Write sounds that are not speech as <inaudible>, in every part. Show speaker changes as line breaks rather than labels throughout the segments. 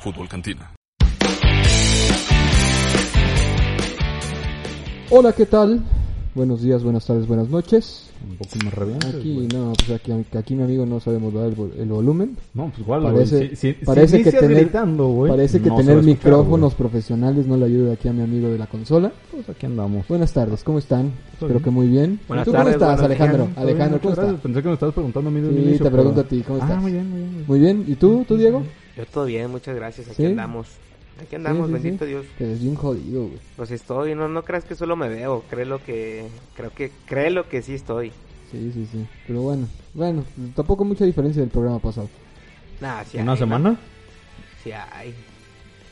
Fútbol Cantina.
Hola, ¿qué tal? Buenos días, buenas tardes, buenas noches.
Un poco más reviente.
Aquí, no, pues aquí, aquí mi amigo no sabe modular el, vol- el volumen.
No, pues igual,
Parece-
güey. Si, si-
parece
si
que
inicias
tener-
gritando, güey.
Parece que
no se va a
tener
escuchar,
micrófonos profesionales no le ayuda aquí a mi amigo de la consola.
güey. Pues aquí andamos.
Buenas tardes, ¿cómo están?
Estoy
Espero
bien.
que muy bien.
Buenas
¿Tú cómo
tardes,
estás,
buenos
Alejandro?
Bien,
Alejandro,
muchas
¿cómo
gracias.
estás?
Pensé que me estabas preguntando a mí desde
Sí,
el inicio,
te
pero-
pregunto a ti, ¿cómo
Ah,
estás?
muy bien, muy bien.
Muy bien, ¿y tú, tú Diego?
Yo todo bien, muchas gracias. Aquí
¿Sí?
andamos. Aquí andamos,
Sí, sí, sí.
bendito Dios.
Te ves bien jodido, güey.
Pues estoy, no, no creas que solo me veo. Créelo que, creo que, créelo que sí estoy.
Sí, sí, sí. Pero bueno, bueno, tampoco mucha diferencia del programa pasado.
Nah, sí
¿Una
hay,
semana?
Sí hay.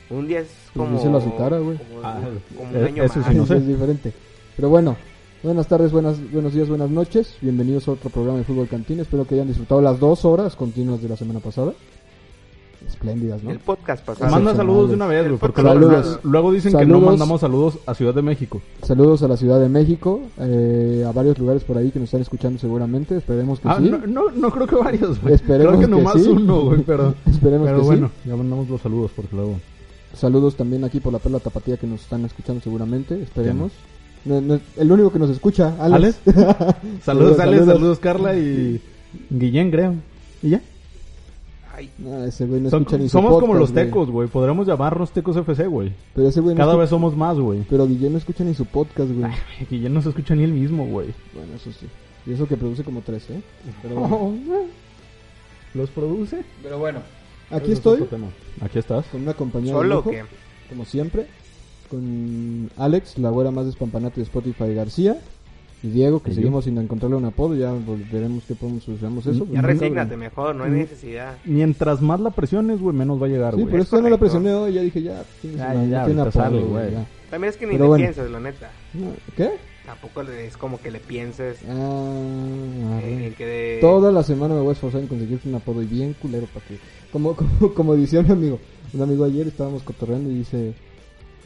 Un día es
Pues
como.
díselo a su cara, güey.
Como,
Ah,
como
eh,
un año
<laughs> eso sí,
<laughs>
más.
no sé.
Es diferente. Pero bueno, buenas tardes, buenas, buenos días, buenas noches. Bienvenidos a otro programa de Fútbol Cantina. Espero que hayan disfrutado las dos horas continuas de la semana pasada. Espléndidas, ¿no?
El podcast pasado.
Claro.
Manda
Sí, semanales.
saludos de una vez, güey, porque
Saludos.
luego- luego dicen que no
Saludos.
mandamos saludos a Ciudad de México.
Saludos a la Ciudad de México, eh, a varios lugares por ahí que nos están escuchando seguramente. Esperemos que
Ah,
sí.
no, no, no creo que varios, güey.
Esperemos
creo que
que
nomás
sí.
uno, güey, pero...
<laughs> Esperemos
pero
que
bueno,
sí.
ya mandamos los saludos porque luego...
Saludos también aquí por la Perla Tapatía que nos están escuchando seguramente. Esperemos. No, no, el único que nos escucha, Alex.
<laughs> Saludos,
<laughs> Saludos,
Alex,
saludos.
saludos, Carla y Guillén, creo. ¿Y ya?
Ay,
No, Ah, ese güey no
Son-
escucha ni su
somos como
podcast,
los
güey.
tecos, güey. Podremos llamarnos tecos FC, güey.
Pero ese güey no
Cada
escu-
vez somos más, güey. <laughs>
Pero Guillermo no escucha ni su podcast, güey.
Guillén no se escucha ni el mismo,
<laughs>
güey.
Bueno, eso sí. Y eso que produce como tres, ¿eh? Pero bueno.
Oh, ¿Los produce?
Pero bueno, aquí estoy
Aquí estás.
con una compañía de
solo
lujo,
que.
como siempre, con Alex, la güera más despampanate de Spotify García, y Diego, que
Y yo.
seguimos sin encontrarle un apodo, ya pues, veremos qué podemos usamos eso.
Ya
Ya
Pero-
resígnate mejor, no hay
Mm.
necesidad.
Mientras más la presiones, güey, menos va a llegar,
Sí,
güey.
por eso no la
correcto.
presioné hoy, ya dije, ya, tienes
Ya,
una-
ya,
no tiene
ahorita
apodo,
sale, güey.
ya.
También es que ni
Pero
le
bueno.
pienses, la neta.
No, ¿Qué?
Tampoco le- es como que le pienses.
Ah, a ver.
eh, en que de-
Toda la semana me voy a esforzar en conseguirte un apodo y bien culero para que... Como, <laughs> como, como decía un amigo, un amigo ayer estábamos cotorreando y dice...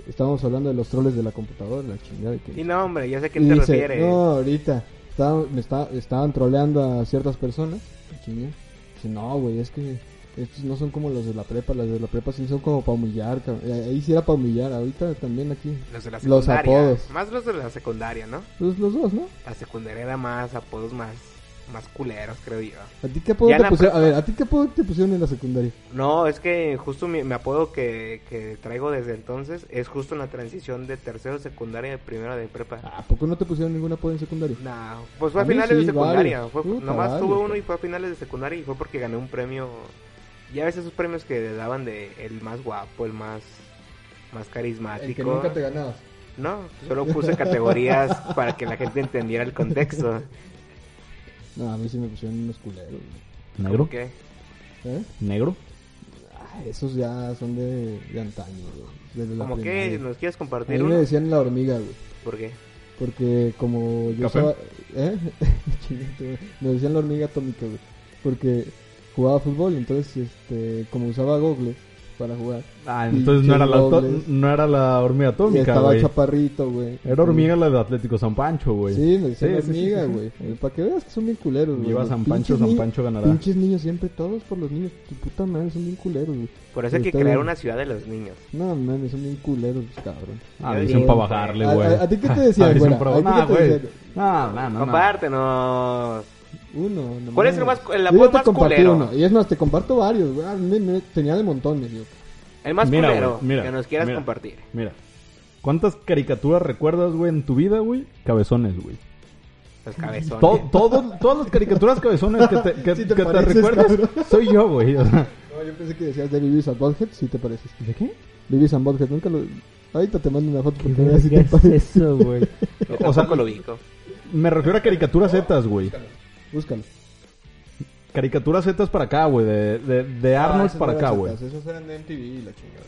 Estábamos hablando de los troles de la computadora, la chingada. y que-
Y no, hombre, ya sé a qué
y
te
dice,
refieres.
No, ahorita. Estaban, me está- estaban troleando a ciertas personas. la chingada. Dice, no, güey, es que... Estos no son como los de la prepa, los de la prepa sí son como para humillar, cabrón. Eh, Ahí sí era para humillar, ahorita también aquí.
Los de la
Los
secundaria.
apodos.
Más los de la secundaria, ¿no?
Los, pues los dos, ¿no?
La secundaria era más apodos más, más culeros, creo yo.
¿A ti qué apodo
Ya
te
la
pusieron?
prepa.
A ver, ¿a ti qué apodo te pusieron en la secundaria?
No, es que justo mi, mi apodo que, que traigo desde entonces es justo en la transición de tercero de secundaria a primero de prepa.
¿A poco no te pusieron ningún apodo en secundaria?
No, pues fue a,
A mí
finales
sí,
de secundaria.
varios.
Fue,
Puta,
nomás
varios,
tuve uno
güey.
y fue a finales de secundaria y fue porque gané un premio. Ya ves esos premios que daban de el más guapo, el más, más carismático.
El que nunca te ganabas.
No, solo puse categorías <laughs> para que la gente entendiera el contexto.
No, a mí sí me pusieron unos culeros. güey.
¿Negro?
¿Qué?
¿Eh?
¿Negro?
Ah, esos ya son de, de antaño, güey. Desde la
¿Cómo
primaria.
que nos quieres
A mí
compartir
me
uno?
decían la hormiga, güey.
¿Por qué?
Porque como yo
¿Café?
estaba... ¿Eh? <laughs> Chingate, güey. me decían la hormiga atómica, güey. Porque jugaba fútbol, entonces, este, como usaba gogles para jugar.
Ah, entonces no era, la, to-
Dobles.
no era la hormiga
y
atómica,
estaba
güey.
chaparrito, güey.
Era hormiga la de Atlético San Pancho, güey.
Sí, me decían
Sí, sí,
hormiga,
sí, sí.
güey. Para que veas que son bien culeros, güey.
Viva
Los
San Pancho,
pinches
San
ni-
Pancho ganará.
Pinches niños siempre, todos por los niños. Tu puta madre, son bien culeros, güey.
Por eso hay que
Está
crear
bien.
una ciudad de los niños.
No mames, son bien culeros, cabrón.
Ah,
Yo
dicen
digo,
para bajarle,
a- a-
güey.
¿a ti qué
<laughs>
te decían,
Ah, dicen
güera?
pa'
¿A ti
bajar-
qué te
nah, güey.
decían?
No, no, no.
Compártenos.
Uno, nomás.
¿Cuál es el más cu- el
Yo
apodo
ya te
más
compartí
culero?
uno. Y es más, te comparto varios, güey. Ah, me- me- tenía de montón, me dio.
El más
Mira,
culero
güey, mira,
que nos quieras
mira.
compartir.
Mira. ¿Cuántas caricaturas recuerdas, güey, en tu vida, güey? Cabezones, güey.
Los cabezones.
To- todo- todas las caricaturas cabezones que te,
<laughs>
que,
Sí te
que te
pareces,
recuerdas
cabrón.
soy yo, güey. o sea.
No, yo pensé que decías de Vivis and Bothead, si te pareces.
¿De qué?
Vivis and Bothead, nunca lo... Ahorita te mando una foto
<laughs>
porque veas si te
es
pareces.
eso, güey?
Yo
O sea,
tampoco lo ubico.
me refiero a caricaturas zetas, güey.
Búscalo.
Caricaturas Z para acá, güey. De, de, de Arnold
Ah, esas
para
no
acá,
eran
güey.
zetas, Esos eran de MTV y la chingada.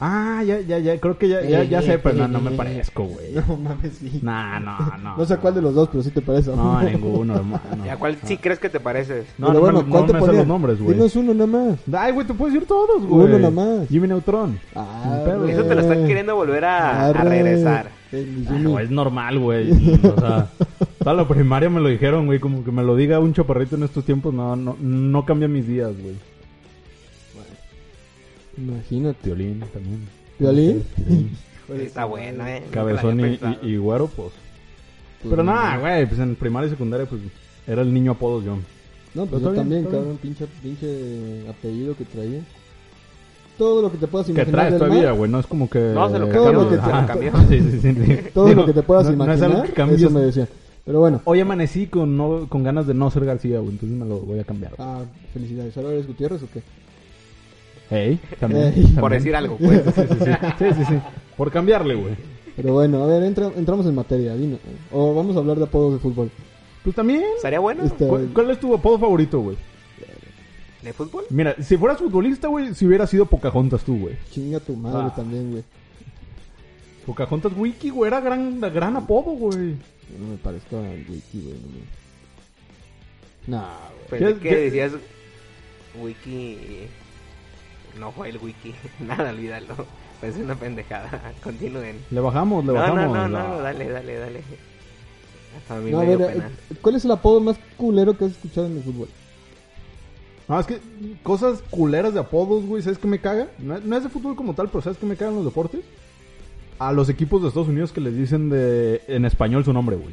Ah, ya, ya, ya. Creo que ya, ya, ya
Eh,
sé,
eh,
pero no,
eh,
no me
eh.
parezco, güey.
<laughs> No mames, sí.
Nah, no, no.
no sé cuál de los dos, pero sí te parece. <laughs>
No, Ah. ninguno, hermano.
¿Y ¿A cuál sí crees que te pareces?
No,
pero
no
bueno,
me-
¿cuál
no
te
me sé
ponían?
los nombres, güey.
Dinos uno nomás.
Ay, güey, te puedes ir todos, güey.
Uno nomás.
Jimmy Neutron.
Ah,
pedo.
Eso te lo
Eh,
están queriendo volver a, a
Arre. Eh,
regresar.
El
Ah,
Jimmy.
no, es normal, <laughs> güey. O sea, toda la primaria me lo dijeron, güey. Como que me lo diga un chaparrito en estos tiempos, no, no, no cambia mis días, güey.
Imagínate.
Violín también.
¿Violín?
Está buena, eh. Nunca la había
Cabezón y,
pensado.
y, y güero, pues. Pero nada, güey, pues en primaria y secundaria, pues era el niño apodo yo.
No,
Pero
pues
está
yo
bien,
también,
está bien.
cabrón, pinche, pinche apellido que traía. Todo lo que te puedas
Que
imaginar.
traes
del
todavía,
mal,
güey, no es como que.
No, se lo
cambió,
Todo
se lo
ajá.
cambió.
<laughs> Sí, sí, sí, sí.
Todo
Digo,
lo que te puedas
no- no es
imaginar.
algo que cambies.
Eso me decían. Pero bueno.
Hoy amanecí con, no, con ganas de no ser García, güey, entonces me lo voy a cambiar.
Ah, felicidades. ¿Álvarez Gutiérrez o qué?
Ey, también.
Ey.
también.
Por decir algo, pues.
<laughs> Sí, sí, sí. Sí, sí, sí. Por cambiarle, güey.
Pero bueno, a ver, entra- entramos en materia. Dino. eh, O vamos a hablar de apodos de fútbol.
Pues también.
¿Estaría bueno?
Este-
¿Cuál, cuál es tu apodo favorito, güey?
¿De fútbol?
Mira, si fueras futbolista, güey, si hubieras sido Pocahontas tú, güey.
Chinga tu madre
Ah.
también, güey.
Pocahontas Wiki, güey, era gran, gran apodo, güey.
Yo No me parezco al wiki, güey. No, güey. Nah, güey.
Pensé
¿Qué-
que
qué-
Pues, decías wiki. No fue el wiki. <laughs> Nada, olvídalo. Pensé una pendejada. Continúen.
Le bajamos, le
No, no,
bajamos.
no, no,
la-
dale, dale, dale. Hasta a mí
No, a
me dio
ver,
pena.
eh, ¿cuál es el apodo más culero que has escuchado en el fútbol?
No, Ah, es que cosas culeras de apodos, güey, ¿sabes qué me caga? No, no es de fútbol como tal, pero ¿sabes qué me cagan los deportes? A los equipos de Estados Unidos que les dicen de en español su nombre, güey.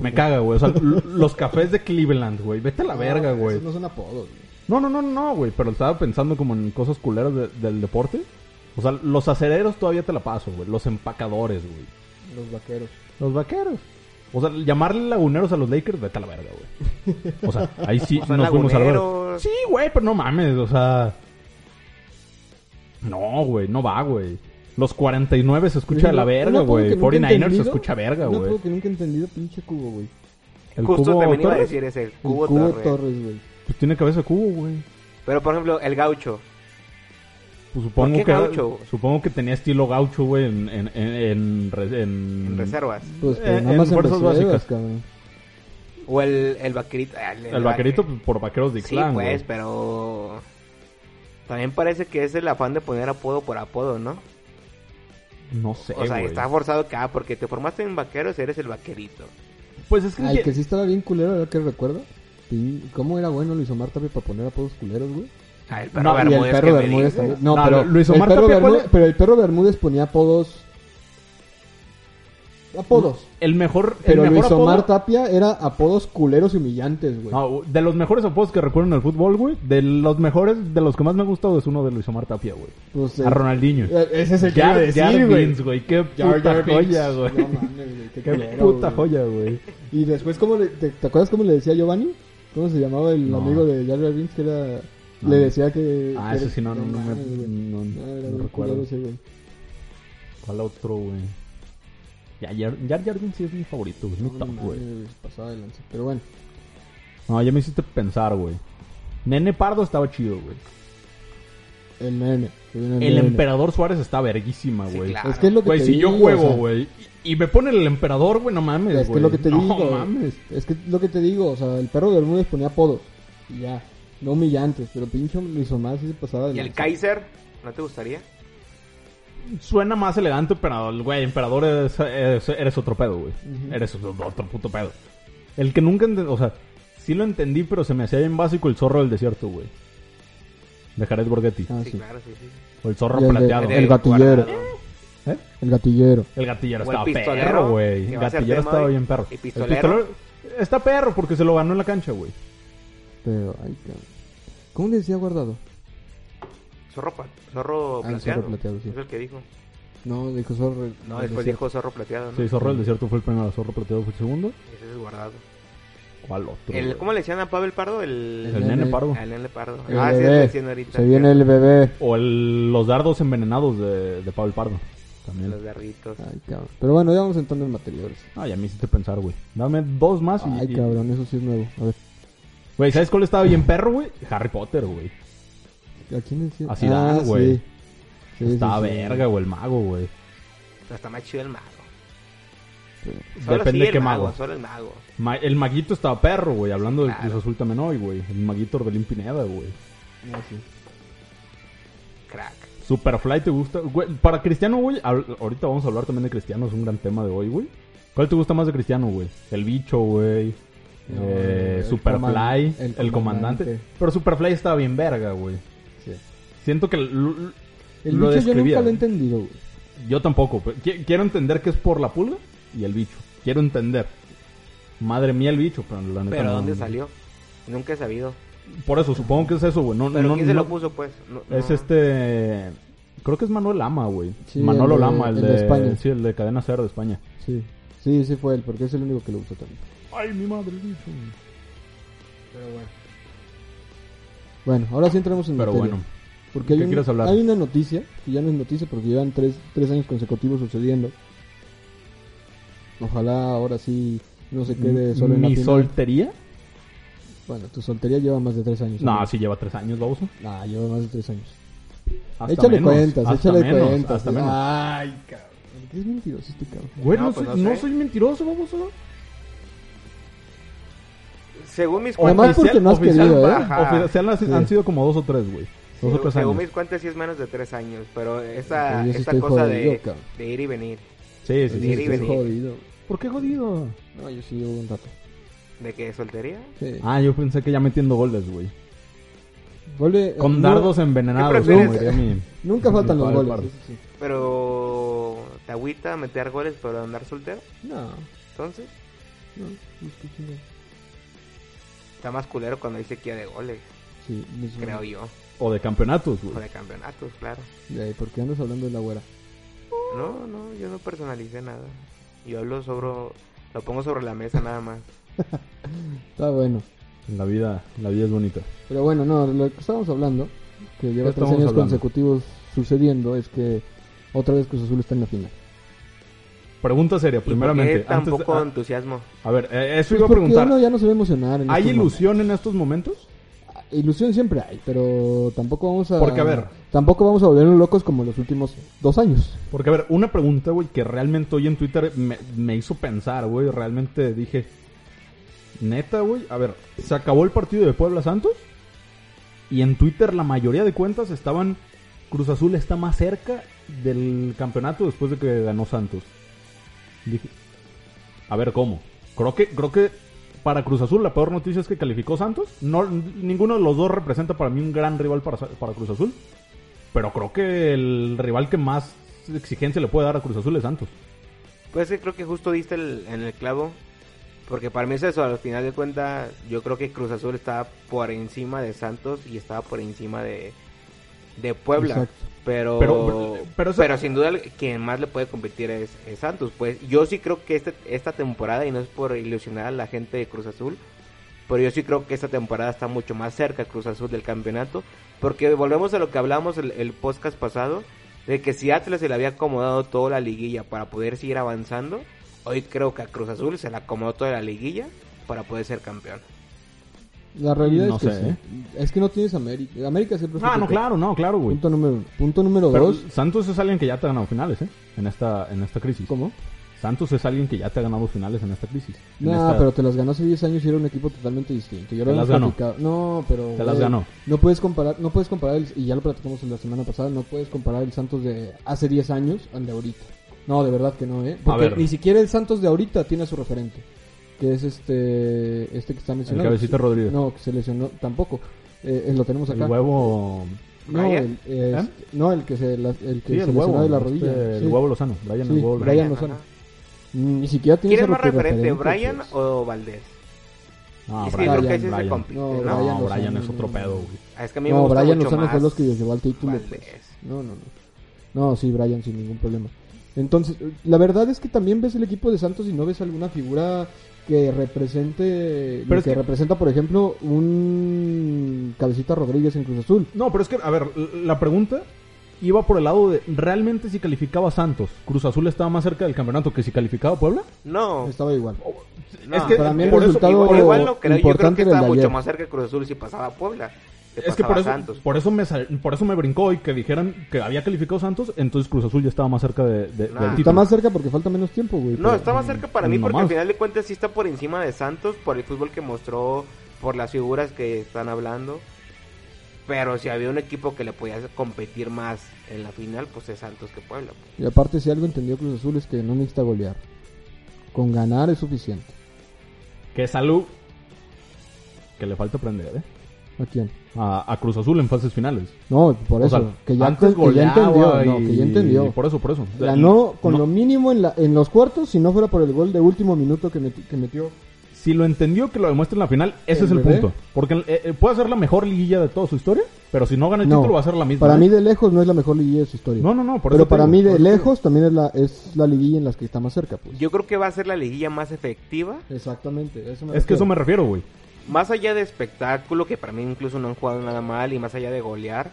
Me caga, güey. O sea, <laughs> l- los cafés de Cleveland, güey. Vete a <laughs> la verga, güey.
Ah, Esos no son apodos, güey.
No, no, no, no, güey. Pero estaba pensando como en cosas culeras de- del deporte. O sea, los acereros todavía te la paso, güey. Los empacadores, güey.
Los vaqueros.
Los vaqueros. O sea, llamarle laguneros a los Lakers, vete a la verga, güey. O sea, ahí sí
<laughs> O sea,
nos fuimos a la verga.
laguneros.
Sí, güey, pero no mames, o sea. No, güey, no va, güey. Los 49 se escucha de la
Un
verga,
apodo que
güey.
nunca he
49ers se
entendido,
escucha verga,
Un
güey.
apodo que nunca he entendido, pinche cubo, güey.
El
Justo
cubo
también iba a
Torres,
decir ese, el
El
cubo, Torre.
Torres, güey.
Pues tiene cabeza de cubo, güey.
Pero por ejemplo, el gaucho.
Pues supongo
¿Por qué
que era-
gaucho, güey?
supongo que tenía estilo gaucho, güey, en en en en, re- en-
En reservas.
Pues pero
Eh,
nada
en
más en
fuerzas
reservas,
básicas.
cabrón.
O el, el vaquerito. ah,
El vaquerito
vaque-
pues, por vaqueros de
Sí,
Ixtlán, güey.
pues, pero. También parece que es el afán de poner apodo por apodo, ¿no?
No sé,
o sea,
güey.
está forzado que, ah, porque te formaste en vaqueros, eres el vaquerito.
Pues es que,
Ah, el que sí estaba bien culero, ahora que recuerdo. Pin- ¿Cómo era bueno Luis Omar Tapia para poner apodos culeros, güey?
Ah, el perro
No, y el
y
Bermúdez.
el
que
perro
me
Bermúdez
dices.
también. No,
No,
pero,
Luis Omar
el perro
Tapia, ¿cuál
Bermúdez,
es?
pero el perro Bermúdez ponía apodos. Apodos.
el mejor el
Pero
mejor
Luis Omar
apodo-
Tapia era apodos culeros y humillantes, güey.
No, de los mejores apodos que recuerdo en el fútbol, güey. De los mejores, de los que más me ha gustado es uno de Luis Omar Tapia, güey.
Pues, eh,
A Ronaldinho.
eh, Ese es el que iba a
Jar- Jar
decir, güey.
Binks, güey. Qué
Jar
puta
Jar Binks.
joya, güey.
No mames, güey, qué
Qué
culero,
puta
güey.
joya, güey.
Y después, ¿cómo le- te, te acuerdas cómo le decía Giovanni? ¿Cómo se llamaba el
No.
amigo de Jar Jar Binks que era...
No.
Le decía que...
Ah,
que
ese
era-
sí, no, no, no me-
mames, güey.
no-
Ah, era
no
bien
recuerdo.
culero ese, güey.
¿Cuál otro, güey? Ya, Jar Jar Jar Binks sí es mi favorito, güey. Mi
No, no
top,
mames,
güey.
güey, se pasaba de lanza. Pero bueno,
No, ya me hiciste pensar, güey. Nene Pardo estaba chido, güey.
el nene. El,
El
nene.
emperador Suárez está verguísima,
Sí,
güey.
claro.
Es que es lo que
Güey,
te
si yo
digo, o
juego,
sea,
güey, y, y me pone el emperador, güey, no mames, güey.
Es que es lo que te
no
digo. güey.
mames.
Es que es lo que te digo, o sea, el perro del Bermúdez ponía apodos. Y ya. No humillantes, pero pinche Luis Omar sí se pasaba de
¿Y el
lanza.
Kaiser? ¿No te gustaría?
Ah, Suena más elegante, pero, güey, emperador eres, eres- eres otro pedo, güey.
Ujú.
Eres otro, otro puto pedo. El que nunca entendí, o sea, sí lo entendí, pero se me hacía bien básico el zorro del desierto, güey. De Jared Borghetti.
Ah,
sí,
sí.
claro, sí, sí.
O el zorro
Y el de-
plateado.
El gatillero.
Guardado.
¿Eh?
El gatillero.
El gatillero
O el
estaba
pistolero,
perro, güey.
que
El
va a ser
gatillero
tema
estaba
hoy.
bien perro.
¿Y
El
pistolero?
está perro porque se lo ganó en la cancha, güey.
Pero, ay, cabrón. ¿Cómo le decía guardado?
Zorro, pa- zorro
Ah,
plateado.
zorro plateado, sí.
Es el que dijo.
No, dijo zorro.
No, después dijo zorro plateado. ¿no?
Sí, zorro del desierto fue el primero, zorro plateado fue el segundo.
Ese es guardado.
¿Cuál otro?
El,
güey?
¿Cómo le decían a Pavel Pardo? El,
El nene pardo.
Al nene pardo.
El
ah, sí,
bebé.
lo diciendo ahorita.
Se viene el bebé.
O el- los dardos envenenados de, de Pablo Pardo. también.
los garritos.
Ay, cabrón. Pero bueno, ya vamos entrando en materiales.
Ay, a mí hiciste pensar, güey. Dame dos más y...
Ay,
y-
cabrón, eso Ah, sí es nuevo. A ver,
Güey, ¿sabes cuál estaba bien perro, güey? Harry Potter, güey.
¿a quién decía? Ah,
A Zidane, güey.
Sí. Sí, sí,
Estaba
sí.
verga, güey, el mago, güey.
Pero está más chido el mago.
Depende
sí
de
el
qué mago.
Solo el mago.
Ma- el maguito estaba perro, güey. Hablando del
Claro.
Cruz Azul también hoy, güey. El maguito Orbelín Pineda, güey.
Ah, sí.
Crack.
Superfly te gusta. Güey, para Cristiano, güey. habl- Ahorita vamos a hablar también de Cristiano. Es un gran tema de hoy, güey. ¿Cuál te gusta más de Cristiano, güey? El bicho, güey.
No,
Eh,
el
Superfly.
coman-
el,
el
comandante.
comandante.
Pero Superfly estaba bien verga, güey.
Sí.
Siento que... l-
El
Lo
bicho yo
describía,
nunca lo
güey.
he entendido, güey.
Yo tampoco. pero qui- Quiero entender que es por la pulga y el bicho. Quiero entender. Madre mía, el bicho. Pero, la neta
Pero
no-
¿dónde salió? Nunca he sabido.
Por eso, supongo que es eso, güey. No,
Pero
no,
¿quién se
no-
lo puso, pues? No-
Es
no.
este. Creo que es Manuel Lama, güey.
Sí,
Manolo
el de-
Lama, el,
el
de,
de España.
Sí, el de Cadena Cero de España.
Sí. Sí, sí fue él, porque es el único que lo usa también.
Ay, mi madre,
Pero bueno. Bueno, ahora sí entramos en
Pero
materia.
bueno,
Porque hay,
¿Qué
un-
quieres hablar?
hay una noticia, que ya no es noticia porque llevan tres, tres años consecutivos sucediendo. Ojalá ahora sí no se quede solo en la
¿mi
final.
soltería?
Bueno, tu soltería lleva más de tres años.
No, sí lleva tres años, baboso.
Nah, lleva más de tres años.
Hasta
échale
menos,
cuentas,
hasta
échale
menos,
cuentas. ¿eh? Ah,
Hasta menos.
Ay, cabrón. ¿Qué es mentiroso este cabrón?
Güey, no,
No, pues
soy,
no
no
sé.
soy mentiroso, baboso.
Según mis
Además, Nomás
cuentas,
porque no has
oficial,
querido, ¿eh?
ajá. Oficial han,
Sí.
han sido como dos o tres, güey. Dos o
según,
tres años.
mis cuentas sí es menos de tres años, pero esa,
Pero yo sí
esa
estoy
cosa
jodido,
de,
cabrón.
de ir y venir,
Sí, sí, sí.
Diri-
Estoy
venir.
jodido.
¿Por qué jodido?
No, yo sí llevo un rato.
de que soltería.
Sí.
Ah, yo pensé que ya metiendo goles, güey.
Vuelve- eh,
Con
no-
dardos envenenados,
prefieres?
como diría mi-
Nunca faltan
mi
los
padre
goles.
Pardo.
eso sí.
Pero te agüita meter goles por andar soltero,
No,
entonces
no, es que chingada.
está más culero cuando hay sequía de goles,
Sí, es una-
Mm.
creo yo,
O de campeonatos,
o
güey.
de campeonatos, claro.
Ya, ¿y por qué andas hablando de la güera?
No, no, yo no personalicé nada. Yo hablo sobre, lo pongo sobre la mesa nada más.
Está bueno.
La vida, la vida es bonita.
Pero bueno, no, de lo que estábamos hablando, que lleva
¿Qué
tres
estábamos
años
hablando?
consecutivos sucediendo, es que otra vez Cruz Azul está en la final.
Pregunta seria,
¿Y por qué
primeramente. Antes, ah.
tampoco
a-
entusiasmo?
A ver, eh,
Pues
eso iba a
porque
preguntar.
uno ya no se va a emocionar. en este
¿Hay
estos
ilusión en estos momentos?
momentos. Ilusión siempre hay, pero tampoco vamos a...
Porque, a ver.
Tampoco vamos a volvernos locos como los últimos dos años.
Porque, a ver, una pregunta, güey, que realmente hoy en Twitter me, me hizo pensar, güey. Realmente dije, neta, güey. A ver, se acabó el partido de Puebla Santos. Y en Twitter la mayoría de cuentas estaban. Cruz Azul está más cerca del campeonato después de que ganó Santos. Dije, a ver, ¿cómo? Creo que, creo que para Cruz Azul la peor noticia es que calificó Santos. No, ninguno de los dos representa para mí un gran rival para, Sa- para Cruz Azul. Pero creo que el rival que más exigencia le puede dar a Cruz Azul es Santos.
Pues que creo que justo diste el- en el clavo. Porque para mí es eso, al final de cuentas, yo creo que Cruz Azul estaba por encima de Santos y estaba por encima de, de Puebla.
Exacto.
Pero,
Pero-
pero,
pero eso-
sin duda el- quien más le puede competir es, es Santos. Pues yo sí creo que este, esta temporada, y no es por ilusionar a la gente de Cruz Azul, pero yo sí creo que esta temporada está mucho más cerca Cruz Azul del campeonato. Porque volvemos a lo que hablamos el, el podcast pasado, de que si Atlas se le había acomodado toda la liguilla para poder seguir avanzando, hoy creo que a Cruz Azul se le acomodó toda la liguilla para poder ser campeón.
La realidad
No
es que
sé,
sí.
¿eh?
Es que no tienes América. América siempre fue
Ah, no,
campeón.
claro, no, claro, güey.
Punto número uno. Punto número
Pero
dos.
Santos es alguien que ya te ha ganado finales, ¿eh? En esta, en esta crisis.
¿Cómo?
Santos es alguien que ya te ha ganado finales en esta crisis. En
No,
esta-
pero te las ganó hace 10 años y era un equipo totalmente distinto. Ya lo
Te
hemos
las ganó.
platicado. No, pero.
Te las
güey,
ganó.
No puedes comparar, no puedes comparar el- y ya lo platicamos la semana pasada, no puedes comparar el Santos de hace 10 años al de ahorita. No, de verdad que no, ¿eh? Porque
ver.
ni siquiera el Santos de ahorita tiene a su referente. Que es este. Este que está mencionando.
Cabecita Rodríguez.
No, que se lesionó tampoco. Eh, eh, lo tenemos
El
acá.
huevo.
No,
Brian.
el, eh,
¿Eh?
este- no, el que se, la- el que
Sí,
se
el
lesionó
huevo.
de la
este,
rodilla.
El
Sí.
huevo Lozano. Brian,
Sí,
el huevo
Brian
Lozano.
Brian,
Lozano.
ajá.
Ni siquiera tiene
¿Quién
a
es
su
más referente,
pues.
Brian o Valdés?
Ah,
Es que
Brian.
creo que ese es el
Brian.
compite,
No,
¿no?
No,
Brian
Brian
Lozano,
es otro
no.
pedo, güey.
Ah, Es que a mí me
No,
gusta
Brian
mucho
Lozano
más
fue los que les llevó al título.
Valdés.
pues. No, no, no. No, sí, Brian, sin ningún problema. Entonces, la verdad es que también ves el equipo de Santos y no ves alguna figura que represente,
Pero
lo
es
que,
que-
representa, por ejemplo, un Cabecita Rodríguez en Cruz Azul.
No, pero es que, a ver, l- la pregunta iba por el lado de realmente si calificaba Santos, Cruz Azul estaba más cerca del campeonato que si calificaba Puebla.
No,
Estaba igual.
no,
es que
para mí el
por eso-
resultado
igual-
igual, igual no creo. Yo creo
importante
que estaba
del de
mucho
ayer.
más cerca Cruz Azul si pasaba a Puebla. Que
Es que por
pasaba
eso,
Santos.
por, eso me sal- por eso me brincó y que dijeran que había calificado Santos, entonces Cruz Azul ya estaba más cerca de, de-
Nah.
del título.
Está más cerca porque falta menos tiempo, güey.
No,
pero-
está más cerca para mí
no
porque
más.
al final de cuentas sí está por encima de Santos por el fútbol que mostró, por las figuras que están hablando. Pero si había un equipo que le podía competir más en la final, pues es Santos que Puebla. pues.
Y aparte, si algo entendió Cruz Azul es que no necesita golear. Con ganar es suficiente.
Que es algo que le falta aprender ¿eh?
¿A quién?
a, a Cruz Azul en fases finales.
No, por
O
eso.
sea,
que, ya,
antes
que ya
goleaba
entendió. No, que ya
y-
entendió.
Por eso, por eso.
Ganó con
No,
lo mínimo en, la- en los cuartos, si no fuera por el gol de último minuto que, meti- que metió.
Si lo entendió, que lo demuestre en la final, ese
El
es el
bebé.
punto. Porque eh, eh, puede ser la mejor liguilla de toda su historia, pero si no gana el
No,
título va a ser la misma.
Para
¿eh?
mí, de lejos, no es la mejor liguilla de su historia.
No, no, no. por
Pero
eso te
para
digo,
mí,
por
de
eso te digo.
lejos, también es la, es la liguilla en la que está más cerca, pues.
Yo creo que va a ser la liguilla más efectiva,
Exactamente. Eso me
Es que eso
refiero.
me refiero, güey.
más allá de espectáculo, que para mí incluso no han jugado nada mal, y más allá de golear.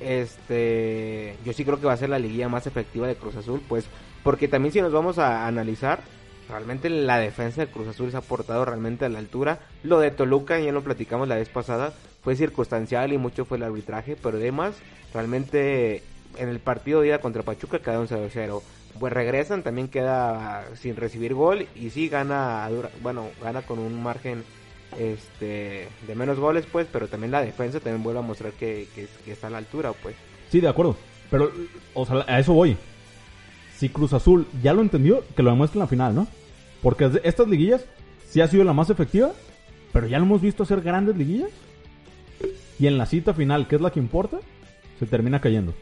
Este, yo sí creo que va a ser la liguilla más efectiva de Cruz Azul, pues, porque también si nos vamos a analizar, realmente la defensa de Cruz Azul se ha portado realmente a la altura. Lo de Toluca, ya lo platicamos la vez pasada, fue circunstancial y mucho fue el arbitraje, pero además, realmente en el partido de ida contra Pachuca quedaron 0-0. Pues regresan, también queda sin recibir gol y sí gana, a dura- bueno, gana con un margen este de menos goles pues pero también la defensa también vuelve a mostrar que, que- que está a la altura pues
Sí, de acuerdo. Pero, o sea, a eso voy. Si Cruz Azul ya lo entendió, que lo demuestre en la final, ¿no? Porque de estas liguillas sí ha sido la más efectiva, pero ya lo hemos visto hacer grandes liguillas. Y en la cita final, que es la que importa, se termina cayendo.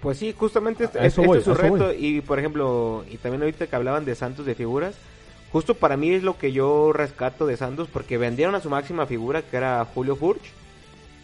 Pues sí, justamente este,
A eso
este
voy,
es su
a eso
reto.
voy.
Y por ejemplo, y también ahorita que hablaban de Santos de figuras, justo para mí es lo que yo rescato de Santos, porque vendieron a su máxima figura, que era Julio Furch,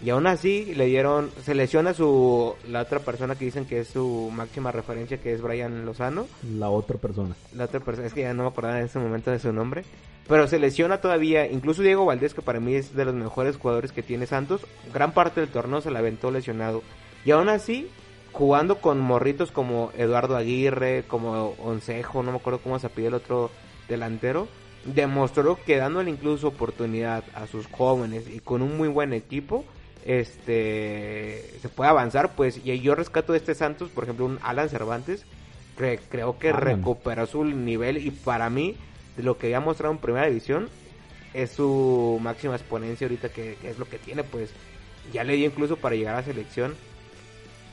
y aún así le dieron, se lesiona su, la otra persona que dicen que es su máxima referencia, que es Brian Lozano,
La otra persona.
la otra persona, es que ya no me acordaba en ese momento de su nombre, pero se lesiona todavía, incluso Diego Valdés, que para mí es de los mejores jugadores que tiene Santos, gran parte del torneo se la aventó lesionado. Y aún así, jugando con morritos como Eduardo Aguirre, como Oncejo, no me acuerdo cómo se pidió el otro delantero, demostró que dándole incluso oportunidad a sus jóvenes y con un muy buen equipo, este se puede avanzar pues y yo rescato de este Santos por ejemplo un Alan Cervantes que creo que
Alan.
recuperó su nivel y para mí de lo que había mostrado en primera división es su máxima exponencia ahorita que, que es lo que tiene pues ya le dio incluso para llegar a selección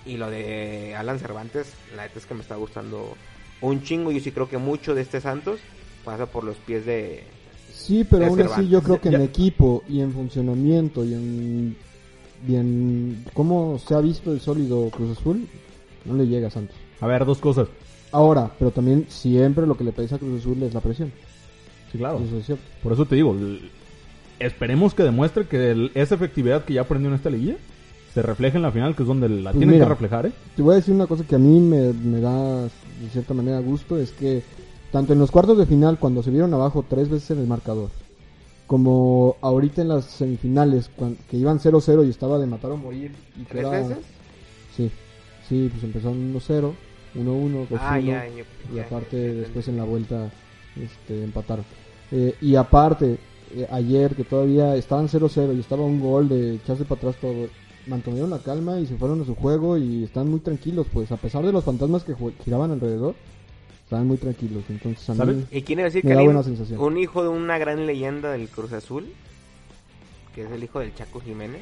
y lo de Alan Cervantes la neta es que me está gustando un chingo yo sí creo que mucho de este Santos pasa por los pies de
Sí, pero
de
aún así
Cervantes.
yo creo que
Ya-
en equipo y en funcionamiento y en, y en cómo se ha visto el sólido Cruz Azul, no le llega a Santos.
A ver, dos cosas.
Ahora, pero también siempre lo que le pesa a Cruz Azul es la presión.
Sí,
Oh.
claro.
Eso es cierto.
Por eso te digo, l- esperemos que demuestre que el- esa efectividad que ya aprendió en esta liguilla se refleje en la final, que es donde la
Pues
tienen
mira.
que reflejar, ¿eh?
Te voy a decir una cosa que a mí me, me da de cierta manera gusto, es que tanto en los cuartos de final, cuando se vieron abajo tres veces en el marcador, como ahorita en las semifinales, cuan- que iban 0-0 y estaba de matar o morir. Y que
tres
era-
veces
Sí, sí, pues empezó en 1-0, 1-1, 2-1.
Ah, ya, ya,
y
ya,
aparte
ya, ya, ya.
después en la vuelta este, empataron. Eh, y aparte, eh, ayer que todavía estaban 0-0 y estaba un gol de echarse para atrás todo, mantuvieron la calma y se fueron a su juego y están muy tranquilos, pues a pesar de los fantasmas que ju- giraban alrededor, estaban muy tranquilos. Entonces a
¿Sabes?
mí
¿Y quién iba a decir
Me
que
da
hay
buena
un-
sensación.
un hijo de una gran leyenda del Cruz Azul? Que es el hijo del Chaco Jiménez.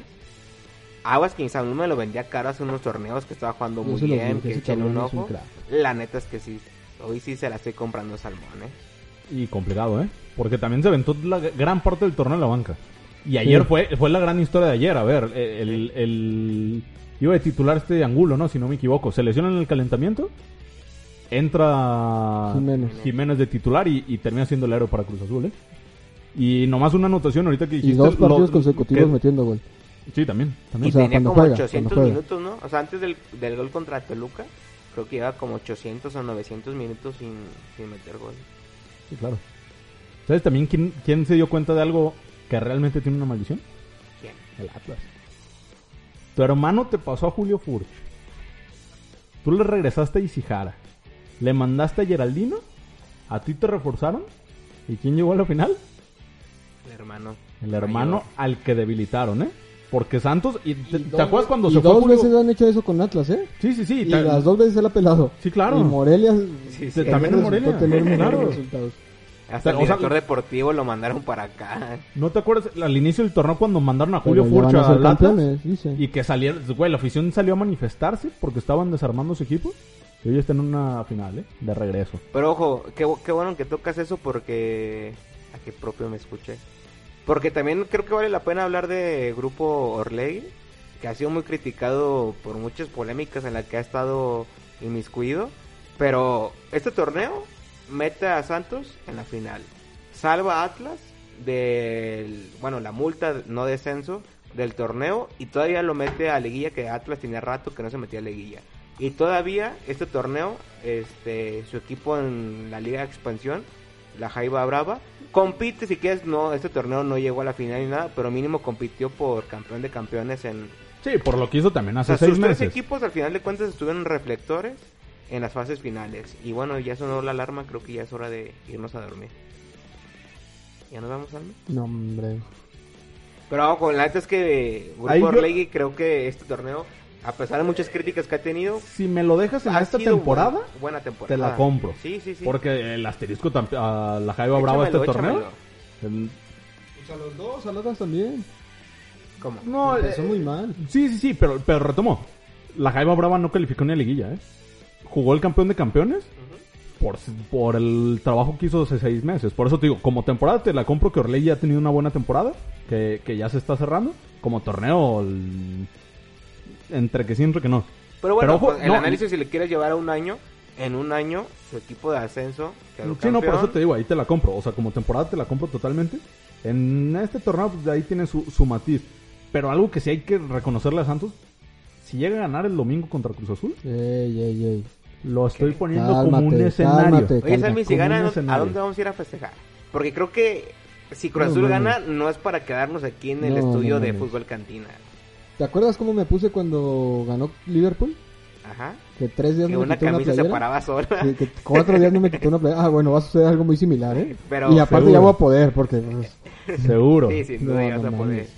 Aguas que Insaúl me lo vendía caro hace unos torneos que estaba jugando
yo
muy
se los
bien,
dije,
que
ese
echen
cabrón
un
es un
ojo.
crack.
La neta es que sí, hoy sí se la estoy comprando salmón, ¿eh?
Y complicado, ¿eh? Porque también se aventó la g- gran parte del torneo en la banca. Y ayer
Sí.
fue, fue la gran historia de ayer. A ver, el, el- el- Iba de titular este Angulo, ¿no? Si no me equivoco. Se lesiona en el calentamiento. Entra
Jiménez.
Jiménez de titular y, y termina siendo el héroe para Cruz Azul, ¿eh? Y nomás una anotación ahorita que dijiste.
Y dos
lo-
partidos consecutivos
que-
metiendo gol.
Sí, también. también.
Y
O sea,
tenía
cuando
como
juega,
800
cuando
minutos, ¿no? O sea, antes del, del gol contra Toluca, creo que lleva como 800 o 900 minutos sin, sin meter gol.
Sí, claro. ¿Sabes también quién, quién se dio cuenta de algo que realmente tiene una maldición?
¿Quién?
El Atlas. Tu hermano te pasó a Julio Furch. Tú le regresaste a Isijara. Le mandaste a Geraldino. A ti te reforzaron. ¿Y quién llegó a la final?
El hermano.
El hermano
mayor.
al que debilitaron, ¿eh? Porque Santos. y te, te
dos
acuerdas cuando
y
se fue
dos
Julio?
veces han hecho eso con Atlas, ¿eh?
Sí, sí, sí.
Y,
te-
las dos veces se la ha pelado.
Sí, claro.
Y Morelia.
Sí, sí.
Te- también en
resultó
Morelia.
tener muy
Claro.
buenos resultados.
Hasta el
O sea,
director deportivo lo mandaron para acá.
<laughs> ¿No te acuerdas al inicio del torneo cuando mandaron a Julio
Pero ya
Furch
van a
a
ser
Atlas?
campeones, dice.
Y que salieron, güey, la afición salió a manifestarse porque estaban desarmando su equipo. Y hoy están en una final, ¿eh? De regreso.
Pero ojo, qué, bu- qué bueno que tocas eso porque... A qué propio me escuché. Porque también creo que vale la pena hablar de Grupo Orlegui, que ha sido muy criticado por muchas polémicas en las que ha estado inmiscuido. Pero este torneo mete a Santos en la final. Salva a Atlas del... Bueno, la multa no descenso del torneo y todavía lo mete a Liguilla, que Atlas tenía rato que no se metía a Liguilla. Y todavía este torneo, este, su equipo en la Liga de Expansión, la Jaiba Brava, compite si quieres, no, este torneo no llegó a la final ni nada, pero mínimo compitió por campeón de campeones en...
Sí, por lo que hizo también
O
hace
sea,
seis
sus tres
meses.
equipos al final de cuentas estuvieron en reflectores en las fases finales. Y bueno, ya sonó la alarma, creo que ya es hora de irnos a dormir. ¿Ya nos vamos, Alma?
No, hombre.
Pero con la neta es que Grupo
Ahí yo-
Orlegui creo que este torneo, a pesar de muchas críticas que ha tenido,
Si me lo dejas en
ha
esta
sido
temporada,
buena, buena temporada. Ah,
te la compro.
Sí, sí, sí.
porque el asterisco tam- a la Jaiba Brava este
Échamelo,
torneo.
échamelo.
el-
Pues a los dos, a las dos también.
¿Cómo?
No,
Empezó
eh,
muy mal.
Sí, sí, sí, pero, pero retomó. La Jaiba Brava no calificó ni a liguilla, ¿eh? Jugó el campeón de campeones por, por el trabajo que hizo hace seis meses. Por eso te digo, como temporada te la compro que Orley ya ha tenido una buena temporada, que, que ya se está cerrando. Como torneo, el- entre que sí, entre que no.
Pero bueno,
ojo,
pues, el
no,
análisis si le quieres llevar a un año, en un año su equipo de ascenso quedó
Sí, no, por eso
campeón.
te digo, ahí te la compro. O sea, como temporada te la compro totalmente. En este torneo, pues ahí tiene su, su matiz. Pero algo que sí hay que reconocerle a Santos, si llega a ganar el domingo contra Cruz Azul,
Ey, ey, ey.
lo estoy poniendo como
Cálmate,
un escenario.
cálmate.
Oye, Sammy, si
Como un
gana, ¿a dónde- ¿a
escenario.
dónde vamos a ir a festejar? Porque creo que si Cruz
No,
Azul
no,
gana, no es para quedarnos aquí en el
No,
estudio
no,
de
no.
fútbol cantina.
¿Te acuerdas cómo me puse cuando ganó Liverpool?
Ajá.
Que tres días
Que
no me
una
quitó una
camisa se
playera.
paraba sola.
Que, que cuatro días no me quitó una playera. Ah, bueno, va a suceder algo muy similar, ¿eh?
Pero-
y aparte
Seguro.
ya voy a poder, porque pues,
Seguro.
Sí, sin
No,
duda ibas
no
a poder.
mames.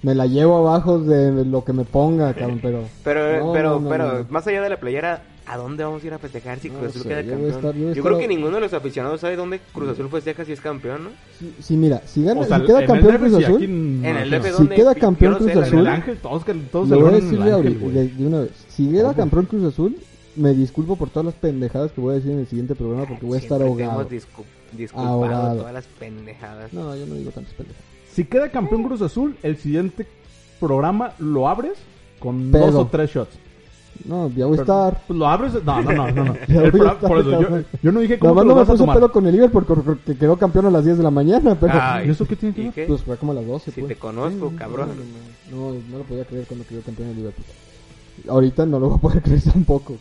me la llevo abajo de lo que me ponga, cabrón, pero...
Pero,
No,
pero,
no, no,
pero,
no.
más allá de la playera, ¿a dónde vamos a ir a festejar si
No
Cruz Azul
sé,
queda
yo voy a
campeón?
estar- yo voy a
yo
estar-
creo que ninguno de los aficionados sabe dónde Cruz Azul festeja si es campeón, ¿no?
Sí, sí, mira, si, gana,
O sea,
si queda
en el
campeón
DF
Cruz
sí,
Azul...
aquí no,
En el
no.
DF,
Si
¿dónde?
queda
Yo
campeón
no sé,
Cruz
la
En el
Azul,
verdad.
Ángel, todos, que- todos
Lo
se
voy a
reúnen en el
decirle
Ángel,
ahorita,
güey.
de, de una vez. Si era campeón Cruz Azul, me disculpo por todas las pendejadas que voy a decir en el siguiente programa porque voy a estar
Siempre te
ahogado.
hemos discu- disculpado
Ahogado.
todas las pendejadas.
No, yo no digo tantas pendejadas.
Si queda campeón Cruz Azul, el siguiente programa lo abres con
Pedo.
dos o tres shots.
No, ya voy a
Pero-
estar.
Pues lo abres. No, no, no. no, no.
<laughs> Ya
El
voy a
pro-
estar,
por eso, yo,
cabrón.
yo no dije
Nada
cómo te
más
lo
no me
vas a
puse
tomar.
pelo con el Liverpool porque, porque quedó campeón a las 10 de la mañana, <laughs> pero
Ay,
¿Y eso qué tiene que
¿Y
ver?
qué?
pues fue como a las 12.
Si
pues.
te conozco, cabrón.
No, no lo podía creer cuando quedó campeón el Liverpool. Ahorita no lo voy a poder <laughs> creer tampoco.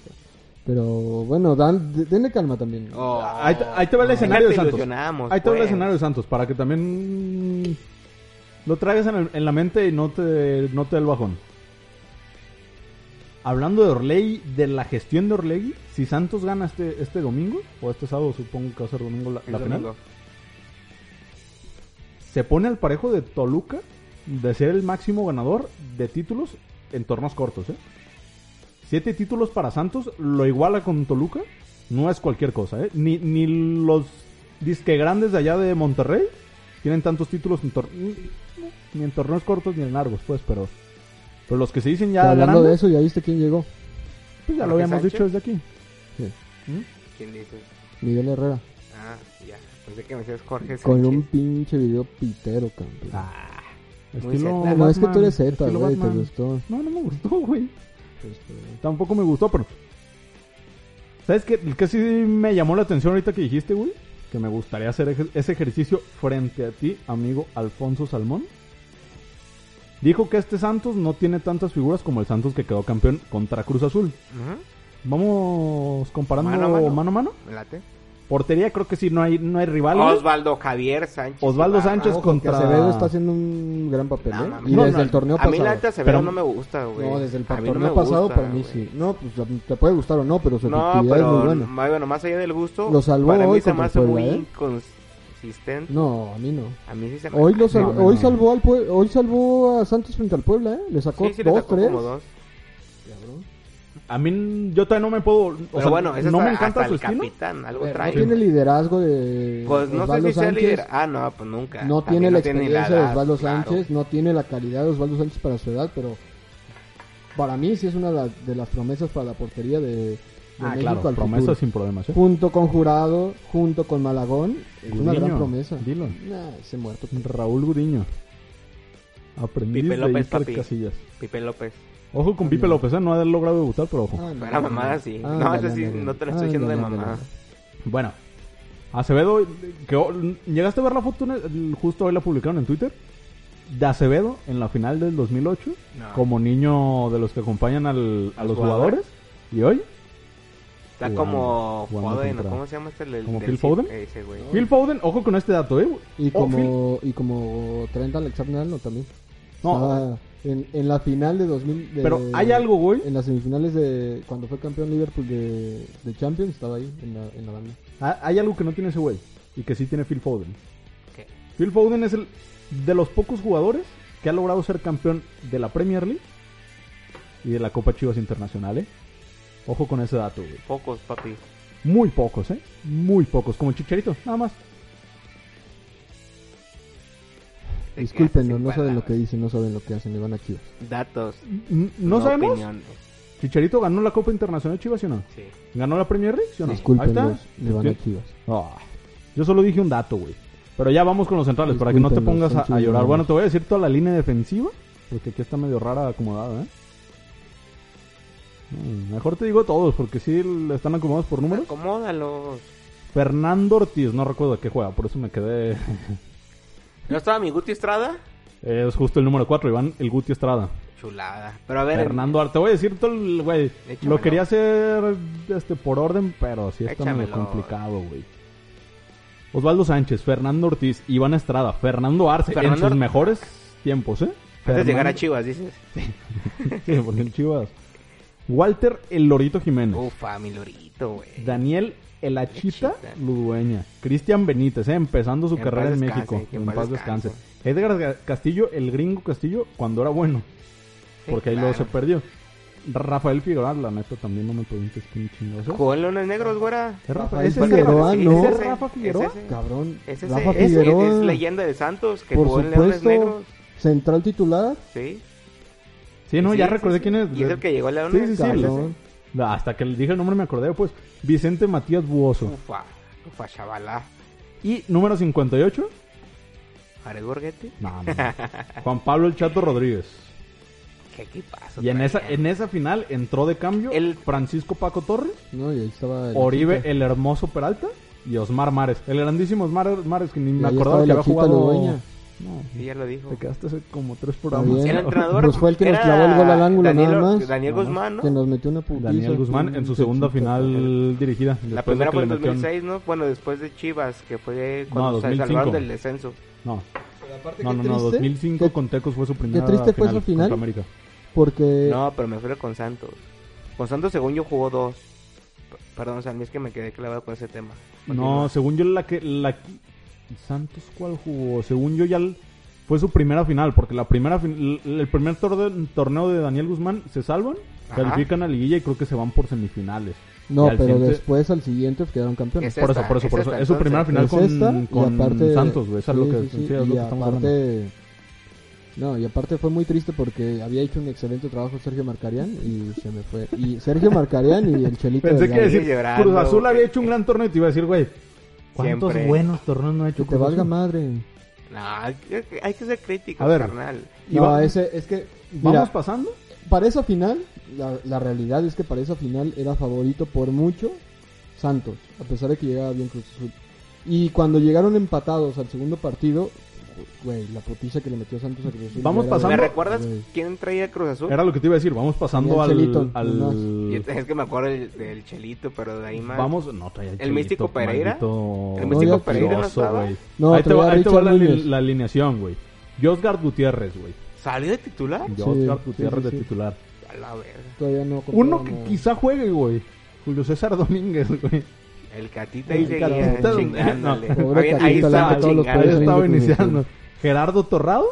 Pero bueno, dan, de- denle calma también.
Oh,
Ahí te, ahí te va el
Ah,
no,
escenario
te
de Santos.
ilusionamos,
Ahí te va el
pues.
escenario de Santos para que también lo traigas en, el- en la mente y no te, no te dé el bajón. Hablando de Orlegi, de la gestión de Orlegi, si Santos gana este, este domingo, o este sábado supongo que va a ser domingo la,
El
la final,
domingo.
se pone al parejo de Toluca de ser el máximo ganador de títulos en tornos cortos. ¿eh? Siete títulos para Santos, lo iguala con Toluca, no es cualquier cosa. ¿eh? Ni, ni los disque grandes de allá de Monterrey tienen tantos títulos en tor- ni, ni en torneos cortos ni en largos, pues, pero, pero los que se dicen
Que
ya
hablando de
grandes,
eso, ya viste quién llegó.
pues ya lo
Jorge
habíamos
Sánchez.
dicho desde aquí.
Sí,
¿Mm?
¿Quién dice?
Miguel Herrera.
Ah, ya. Pensé que me decías Jorge
Con
Sánchez.
un pinche video pitero, campeón.
Ah,
Muy
estilo
Zeta.
No,
Batman,
es que tú eres Z,
estilo
güey, te
Batman.
gustó.
No, no me gustó, güey.
Pues, pero-
Tampoco me gustó, pero. ¿Sabes qué? El que sí me llamó la atención ahorita que dijiste, güey. Que me gustaría hacer ej- ese ejercicio frente a ti, amigo Alfonso Salmón. Dijo que este Santos no tiene tantas figuras como el Santos que quedó campeón contra Cruz Azul.
Ujú,
Vamos comparando
Mano a mano.
mano a mano.
Me late.
Portería creo que sí, no hay, no hay rival. güey.
Osvaldo Javier Sánchez. Ah,
Osvaldo
Ibarra.
Sánchez
Ojo,
contra-
que Acevedo está haciendo un gran papel,
No,
¿eh?
mames.
Y
No,
desde
no,
el torneo
A mí la
pasado.
neta Acevedo
Pero-
no me gusta, güey.
No, desde el
A mí no
torneo
me
pasado
gusta,
para mí
güey.
sí. No, pues te puede gustar o no, pero su
No,
efectividad es
pero
muy buena.
ma- bueno, más allá del gusto,
Lo salvó
para
hoy
mí se me
contra
hace
Puebla,
muy
¿eh?
inconsistente.
No, a mí no.
A mí sí se me
Hoy, lo salvó,
no,
hoy
no.
salvó al Pue- hoy salvó a Santos frente al Puebla, ¿eh? Le sacó
Sí, sí, le
dos,
sacó
tres.
como dos.
Cabrón.
A mí yo todavía no me puedo... O
Pero
sea,
bueno, es
no
hasta-
me encanta
hasta
su
el
estilo.
capitán, algo
Pero
trae.
Eh, no tiene liderazgo de
Pues no sé
Osvaldo
si sea
Sánchez,
líder. Ah, no, pues nunca.
No
También
tiene la
ni
experiencia de
edad,
Osvaldo
claro.
Sánchez, no tiene la calidad de Osvaldo Sánchez para su edad, pero para mí sí es una de la- de las promesas para la portería de, de
Ah,
México
claro,
al
promesa
futuro.
sin problemas. ¿eh?
Junto con Jurado, junto con Malagón, es una
Gudiño,
gran promesa.
dilo.
Nah, ese muerto.
Raúl Gudiño. Aprendiz
Pipe
de
López,
Iker
papi.
Casillas.
Pipe López.
Ojo con Pipe López, ¿eh? no ha logrado debutar, pero ojo.
Ah, no, Ah,
Fuera mamada, sí. No, eso sí, no te lo estoy diciendo de
ándale,
mamada.
ándale.
Bueno, Acevedo, que o- ¿llegaste a ver la foto? en- Justo hoy la publicaron en Twitter. De Acevedo en la final del 2008,
No.
como niño de los que acompañan al- a
¿Los
los jugadores.
jugadores?
Y hoy,
Está
Jugando,
como
jugando
Foden, ¿no?
contra-
¿cómo se llama este? El,
¿Como
del
Phil
City?
Foden?
Ese, güey.
Phil Foden, ojo con este dato, ¿eh?
Y
Oh, Phil-
como, y como Trent Alexander Arnold también.
No.
Estaba en, en la final de 2000. de-
Pero hay algo, güey.
En las semifinales de. Cuando fue campeón Liverpool de, de Champions, estaba ahí en la, en la banda.
ha- Ah, Hay algo que no tiene ese güey y que sí tiene Phil Foden.
¿Qué?
Phil Foden es el de los pocos jugadores que ha logrado ser campeón de la Premier League y de la Copa Chivas Internacional, ¿eh? Ojo con ese dato, güey.
Pocos, papi.
Muy pocos, ¿eh? Muy pocos. Como el Chicharito, nada más.
Te
Disculpen,
quedaste
no,
sin
no saben lo que
palabras.
dicen, no saben lo que hacen, le van a Chivas.
Datos.
N- No, sabemos.
opiniones.
Chicharito ganó la Copa Internacional Chivas, ¿sí o no?
Sí.
¿Ganó la Premier League, sí o no? Ahí
Disculpenlos,
está.
le van a
Discul-
Chivas.
Ah, yo solo dije un dato, güey. Pero ya vamos con los centrales, para que no te
Discúlpenlos,
pongas a,
son
a llorar.
chilenos.
Bueno, te voy a decir toda la línea defensiva, porque aquí está medio rara acomodada, ¿eh? Mm, Mejor te digo todos, porque sí le están acomodados por números.
Acomódalos.
Fernando Ortiz, no recuerdo de qué juega, por eso me quedé. <laughs>
¿No estaba mi Guti Estrada?
es justo el número 4, Iván, el Guti Estrada.
Chulada. Pero a ver.
Fernando Arte, te voy a decir todo el güey.
Échamelo.
Lo quería hacer este por orden, pero sí está medio
Échamelo.
complicado, güey. Osvaldo Sánchez, Fernando Ortiz, Iván Estrada, Fernando Arce en
Fernando
sus
Ar-
mejores tiempos, ¿eh?
Antes de llegar a
Fernando-
Chivas, dices.
<laughs> Sí, porque el Chivas. Walter El Lorito Jiménez.
Ufa, mi lorito, güey.
Daniel El Achita
Achita.
Ludueña. Cristian Benítez, ¿eh? empezando su
Que en
carrera
paz
en
descanse,
México.
que
en
en paz
paz
descanse.
descanse. Edgar Ga- Castillo, el gringo Castillo, cuando era bueno.
Sí,
Porque ahí
claro.
luego se perdió. Rafael Figueroa, la neta, también no me preguntes quién chingados es.
Jugó en Leones Negros, güera.
¿Es Rafa,
Rafael
ese es
Figueroa,
Rafa-
¿no?
ese
ese,
es Rafa
es
Figueroa?
ese.
Cabrón,
Ese es,
Rafa
ese es-
Figueroa,
es leyenda de Santos que
por
jugó en Leones
supuesto,
Negros.
central titular.
Sí.
Sí, no,
Sí,
ya
sí,
recordé
sí.
quién es.
Y es el que llegó a Leones.
Sí, sí, sí.
Cabrón.
No, Hasta que le dije el nombre me acordé, pues. Vicente Matías Buoso.
Ufa, ufa, chavalá.
Y número 58.
Ares Borghetti.
No, no.
<laughs>
Juan Pablo El Chato Rodríguez.
Qué equipazo.
Y en
traía.
esa, en esa final entró de cambio
El-
Francisco Paco Torres,
No, y ahí estaba. el
Oribe
Chita.
el Hermoso Peralta y Osmar Mares. El grandísimo Osmar Mares, que ni
Y
eh, me
ahí
acordaba
estaba
que
la
había
Chita
jugado.
Ludueña.
No,
Sí, ya lo dijo.
te quedaste hace como tres
Está
programas.
bien.
El
<laughs>
entrenador.
Pues fue el que nos
era
clavó el gol al ángulo,
Daniel,
nada más.
Daniel Guzmán, ¿no?
Que nos metió una putiza.
Daniel Guzmán en su segunda
Chita.
final dirigida.
La
después de
primera
que
fue en
le metieron-
2006, ¿no? Bueno, después de Chivas, que fue
No,
cuando se
2005.
salvaron del descenso.
No,
Pero aparte,
no,
qué
no, no,
triste,
2005
que-
con Tecos fue su primera
triste fue su final.
contra América.
Porque.
No, pero me refiero con Santos. Con Santos, según yo, jugó dos. P- Perdón, Sammy, es que me quedé clavado con ese tema.
No, según yo la que la Santos cuál jugó, según yo ya l- fue su primera final, porque la primera fin- l- el primer tor- torneo de Daniel Guzmán se salvan,
Ajá.
califican a liguilla y creo que se van por semifinales.
No,
Y al
pero
siguiente-
después al siguiente pues, quedaron campeones.
Es
por eso,
esta,
por eso,
es
por eso.
esta,
es su
entonces.
primera final
Es esta,
con,
y
con
aparte-
Santos, güey. Eso es
sí,
lo que,
sí, sí,
sí, es lo
y
que estamos hablando.
aparte, No, y aparte fue muy triste porque había hecho un excelente trabajo Sergio Marcarián y se me fue. Y Sergio Marcarián y el Chelito
Pensé que
Delgado.
decir,
llorando,
Cruz Azul
güey.
había hecho un gran torneo y te iba a decir, güey, ¿cuántos
Siempre.
buenos torneos no ha
Que
hecho
te
Cruz
valga
Azul?
madre.
No, hay que- hay que ser crítico,
A ver.
carnal.
Y
No,
va-
ese, es que,
Vamos
mira,
pasando.
para esa final, la, la realidad es que para esa final era favorito por mucho Santos, a pesar de que llegaba bien Cruz Azul. Y cuando llegaron empatados al segundo partido, güey, la putiza que le metió Santos a Cruz Azul.
Vamos
ya era-
¿Me
pasando-
recuerdas
güey.
quién traía el Cruz Azul?
Era lo que te iba a decir, vamos pasando
Tenía el
al...
Chelito,
al-
Yo- es que me acuerdo del, del Chelito, pero de ahí este más.
Vamos, no traía
¿El místico Pereira?
maldito
¿El místico
mafioso,
Pereira no estaba?
güey.
No,
ahí te va,
traía
ahí te va
Richard
la, li-
Núñez.
la alineación, güey. Josgar Gutiérrez, güey.
¿Salió de titular?
Josgar
sí,
Gutiérrez
sí,
de
sí.
titular.
A la verga.
Todavía no
Uno
compraron
que
a-
quizá juegue, güey. Julio César Domínguez, <laughs> güey.
El Catita ahí
El
seguía
Catita,
chingándole.
pobre
Ahí- ahí
Catita, le
estaba
hace todos los
Ahí
Ahí
chingándole.
países.
estaba
viene tu
iniciando. Gerardo Torrado.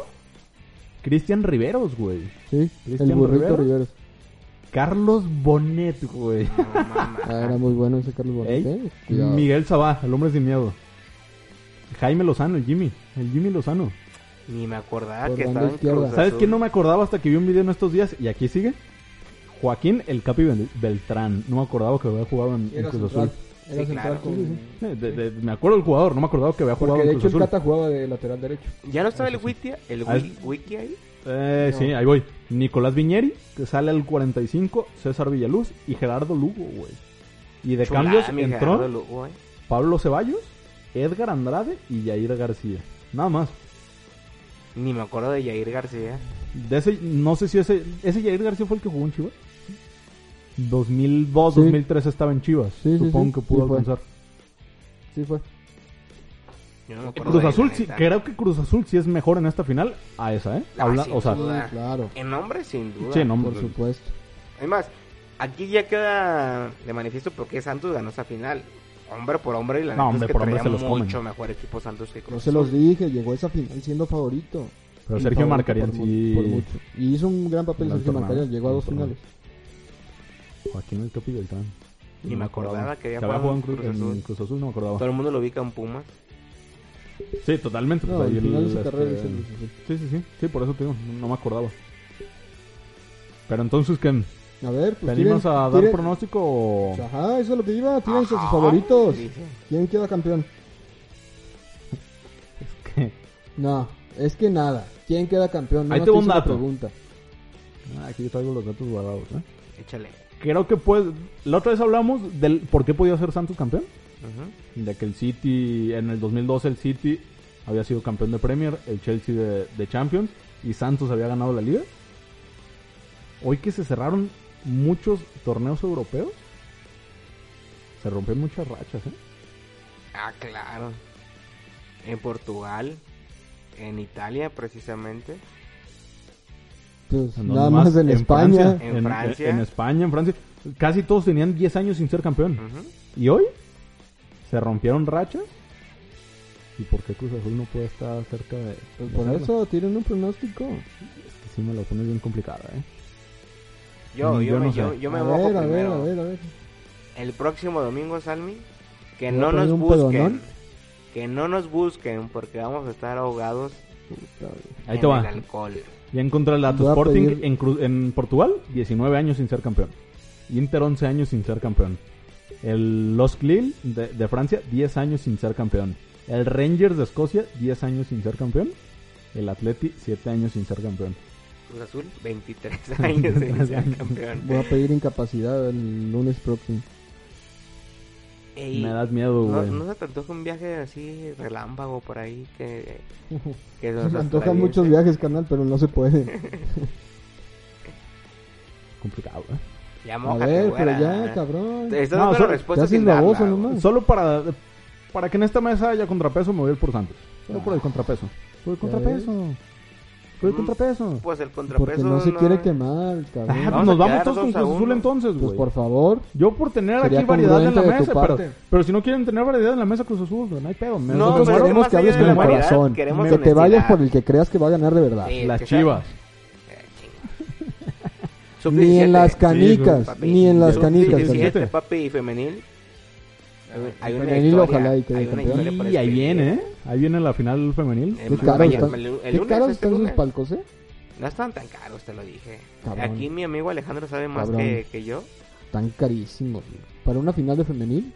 Cristian Riveros, güey.
Sí, el
Cristian
burrito
Rivero.
Rivero.
Carlos Bonet, güey.
No, mamá.
Ah, era muy bueno ese Carlos Bonet.
Ey,
eh. Cuidado.
Miguel Sabá, el hombre sin miedo. Jaime Lozano, el Jimmy. El Jimmy Lozano.
Ni me acordaba
Por
que
banda
estaba en
izquierda.
Cruz
¿Sabes
Azul.
quién no me acordaba hasta que vi un video en estos días? Y aquí sigue. Joaquín El Capi Bel- Beltrán. No me acordaba que había jugado en, en
Era
Cruz Azul.
central. Era
Sí,
central
claro.
con-
Eh, de- de- me acuerdo del jugador, no me acordaba que había jugado
Porque de
en
hecho
Cruz
el
Azul.
Cata jugaba de lateral derecho.
¿Ya no estaba el Wiki, el
Ah,
Wi- Wiki ahí?
Eh, Sí, ahí voy. Nicolás Viñeri, que sale al 45, César Villaluz y Gerardo Lugo, güey. Y de
Chulada, mi
cambios entró
Gerardo Lugo, eh.
Pablo Ceballos, Edgar Andrade y Yair García. Nada más.
Ni me acuerdo de Yair García.
De ese, no sé si ese, ese Yair García fue el que jugó en Chivas. 2002,
Sí.
2003 estaba en Chivas.
Sí, sí,
Supongo
sí.
que pudo
Sí fue.
alcanzar.
Sí fue.
Yo no me acuerdo
Cruz
de él,
Azul,
la
sí,
neta.
creo que Cruz Azul sí es mejor en esta final a esa, ¿eh?
Ah,
Habla-
sin
o sea,
duda. Ah.
Claro,
En nombre, sin duda.
sí, no,
por supuesto.
Además, aquí ya queda de manifiesto por qué Santos ganó esa final. Hombre por hombre, y la
No,
neta
hombre
es que
por hombre
traía
se los comen.
mucho mejor equipo Santos que
No
Cruz
se los
Azul.
dije, llegó esa final siendo favorito.
pero
Y
Sergio
favorito
Marcarían
por mu-
sí.
Por mucho. Y hizo un gran papel
Gran
Sergio
torneo,
Marcarían, llegó a
gran
dos
torneo.
finales.
Joaquín el Capi Beltrán.
Ni me acordaba que había
jugado en Cruz, en
Azul.
Cruz Azul, no me acordaba.
Todo el mundo lo ubica en Puma.
Sí, totalmente.
No,
pues, ahí
al
el,
final de su
este,
carrera hizo el- sí,
Sí, sí, sí. Sí, por eso te digo, no, no me acordaba. Pero entonces, ¿qué?
sí. A ver, pues
¿Venimos
tiren-
a dar
tiren-
pronóstico o.? <laughs>
Ajá, eso es lo que iba, tienen sus
Ajá,
favoritos.
dice.
¿Quién queda campeón?
Es que.
No, es que nada. ¿Quién queda campeón? Nada
Ahí
más
te va
hice
un
la
dato.
pregunta.
Ah, aquí yo traigo los datos guardados, ¿eh?
Échale.
Creo que pues. La otra vez hablamos del por qué podía ser Santos campeón.
Ujú.
De que el City. En el 2012 el City había sido campeón de Premier, el Chelsea de, de Champions y Santos había ganado la liga. Hoy que se cerraron muchos torneos europeos, se rompieron muchas rachas, ¿eh?
Ah, claro. En Portugal, en Italia precisamente.
Pues
No,
nada
nomás
más en, España.
Francia,
En Francia.
En, España, en Francia. Casi todos tenían 10 años sin ser campeón.
Ujú.
Y hoy se rompieron rachas. ¿Y por qué Cruz Azul no puede estar cerca de.?
Pues
de
por
hacerlo?
eso tienen un pronóstico.
Es que sí me lo pones bien complicada, ¿eh?
Yo,
Yo
yo,
no
me,
sé.
yo, yo me
a
mojo
ver, a ver,
primero.
a ver, a ver.
El próximo domingo, Salmi, que
¿Me
no
voy a poner
nos
un
busquen.
pedonón?
Que no nos busquen porque vamos a estar ahogados
Puta,
Ahí
en
te
el
va.
alcohol.
Ya encontré el dato.
Voy a
Sporting
pedir-
en, Cru- en Portugal, 19 años sin ser campeón. Inter, 11 años sin ser campeón. El Los Lille de, de Francia, 10 años sin ser campeón. El Rangers de Escocia, 10 años sin ser campeón. El Atleti, 7 años sin ser campeón.
Cruz Azul,
<laughs>
23 años de ser campeón.
Voy a pedir incapacidad el lunes próximo.
Ey,
Me das miedo,
¿no,
güey.
no se te antoja un viaje así relámpago por ahí que, que
Se
nos
<laughs> me antojan
atraviese?
muchos viajes, canal, pero no se pueden.
Complicado, ¿eh?
Ya
A
mójate,
ver, pero
güera.
ya, cabrón.
Te Estás
No,
dando
so-
la respuesta
te haces
sin darla,
baboso
güey.
nomás.
Solo para, para que en esta mesa haya contrapeso, me voy a ir por Santos. Solo por el contrapeso. Por
Ya
el contrapeso. Por el
Ah. Mm,
contrapeso.
Pues el contrapeso
Porque no se quiere
es-
quemar, cabrón.
Ah,
vamos
nos
a
vamos
quedar
todos con
dos a
Cruz Azul
uno.
entonces,
Pues
güey.
por favor.
Yo por tener
Sería
aquí variedad en
congruente
la
de tu
mesa, pero,
parte.
pero si no quieren tener variedad en la mesa Cruz Azul, güey, no hay pedo. me-
No,
Nosotros
nosotros-
pero es que
queremos
más
que hables
allá
con
de
el
la variedad,
corazón.
queremos
Que te vayas
honestidad.
por el que creas que va a ganar de verdad.
Sí,
las
que sea-
chivas.
Eh,
<laughs>
chinga.
Ni en
Sub-17,
las canicas,
papi.
ni en las
Yo-
canicas.
sí, sí,
canal.
sí.
Sub-17, papi, femenil. Hay- Hay una
Femenil,
historia,
ojalá y quede
hay una
campeón.
historia para
Y ahí
escribir.
viene, ¿eh? Ahí viene la final femenil.
Eh,
Qué
ma-
caros
mañana-
están,
el lunes,
qué caros
este
están sus
lunes.
palcos, ¿eh?
No estaban tan caros, te lo dije.
Cabrón.
Aquí mi amigo Alejandro sabe más
Cabrón.
que, que yo.
Tan carísimos. güey. Para una final de femenil,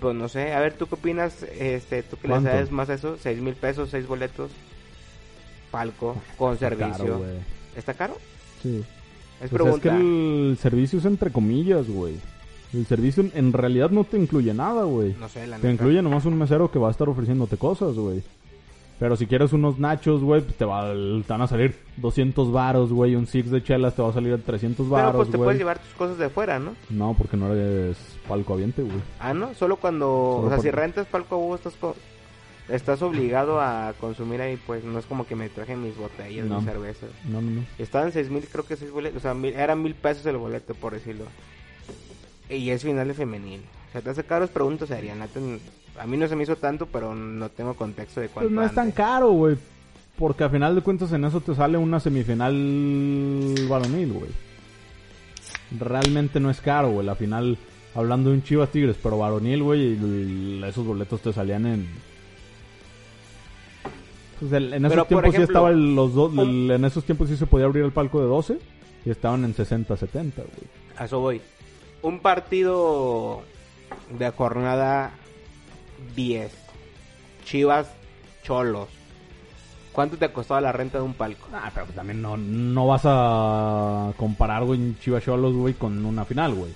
Pues no sé, a ver, ¿tú qué opinas? Este, ¿Tú que le
¿Cuánto?
sabes más a eso? ¿Seis mil pesos, seis boletos? Palco,
Ah,
con
Caro,
servicio.
güey.
¿Está caro?
sí.
Pues es
Es
que
pregunta.
el servicio es entre comillas, güey. El servicio en- en realidad no te incluye nada, güey.
No sé, la
Te
neta.
incluye nomás un mesero que va a estar ofreciéndote cosas, güey. Pero si quieres unos nachos, güey, pues te, va, te van a salir 200 varos, güey. Un six de chelas te va a salir 300
Pero
varos,
pues te
güey.
puedes llevar tus cosas de fuera, ¿no?
No, porque no eres palco aviente, güey.
Ah, no, solo cuando.
Solo
o sea,
por-
si rentas palco a Hugo, estás, co- estás obligado a consumir ahí, pues no es como que me traje mis botellas,
No.
mis cervezas.
No, no, no.
Estaban seis mil, creo que seis boletos. O sea, mil- eran mil pesos el boleto, por decirlo. Y es final de femenil. O sea, te hace caros preguntas serían. A mí no se me hizo tanto, pero no tengo contexto de cuánto.
Pues no es tan
antes.
caro, güey. Porque a final de cuentas en eso te sale una semifinal varonil, güey. Realmente no es caro, güey. La final, hablando de un Chivas Tigres, pero varonil, güey, y l- esos boletos te salían en... Pues el- en esos
Pero, por
tiempos sí
ejemplo,
estaba el- los dos...
un-
En esos tiempos sí se podía abrir el palco de 12 y estaban en 60, 70, güey.
A eso voy. Un partido de jornada 10. Chivas Cholos. ¿Cuánto te costaba la renta de un palco?
Ah, pero también no, no vas a comparar, güey, un Chivas Cholos, güey, con una final, güey.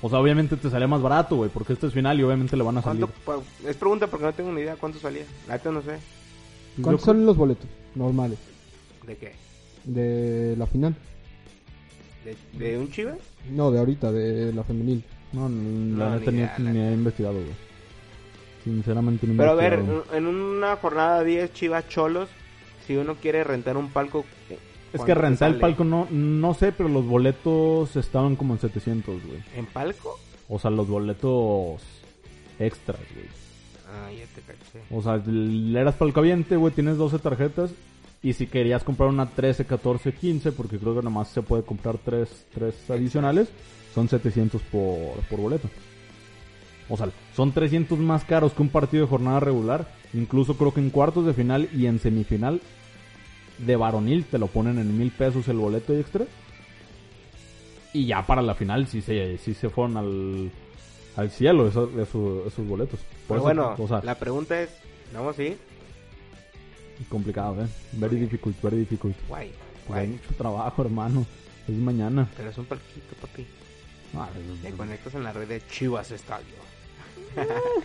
O sea, obviamente te sale más barato, güey, porque este es final y obviamente le van a salir.
¿Cuánto, pa- es pregunta porque no tengo ni idea cuánto salía. La neta no sé.
¿Cuántos
Yo creo-
son los boletos normales
¿De qué?
de la final?
¿De, de un Chivas?
No, de ahorita, de la femenil.
No, n- la
No,
neta
ni
ni,
idea, la
ni
neta.
he investigado, güey. Sinceramente no he
Pero a ver,
investigado.
en una jornada 10 Chivas Cholos, si uno quiere rentar un palco... ¿cu-
Es
cuánto
que
te
rentar el
sale?
palco no, no sé, pero los boletos estaban como en 700, güey.
¿En palco?
O sea, los boletos extras, güey.
Ah, ya te caché.
O sea, le eras palcaviente, güey, tienes 12 tarjetas. Y si querías comprar una 13, 14, 15, porque creo que nomás se puede comprar 3, tres adicionales, son 700 por, por boleto. O sea, son 300 más caros que un partido de jornada regular. Incluso creo que en cuartos de final y en semifinal de varonil te lo ponen en mil pesos el boleto extra. Y ya para la final sí se, sí se fueron al, al cielo esos, esos, esos boletos. Por
Pero
eso,
bueno,
o sea,
la pregunta es... Vamos a ir.
Complicado, eh. Very difficult, very difficult. Pues
Guay,
Hay
guay.
mucho trabajo, hermano. Es mañana.
Pero es un palquito, papi.
Ah, es-
Te
es-
conectas en la red de Chivas Estadio.
así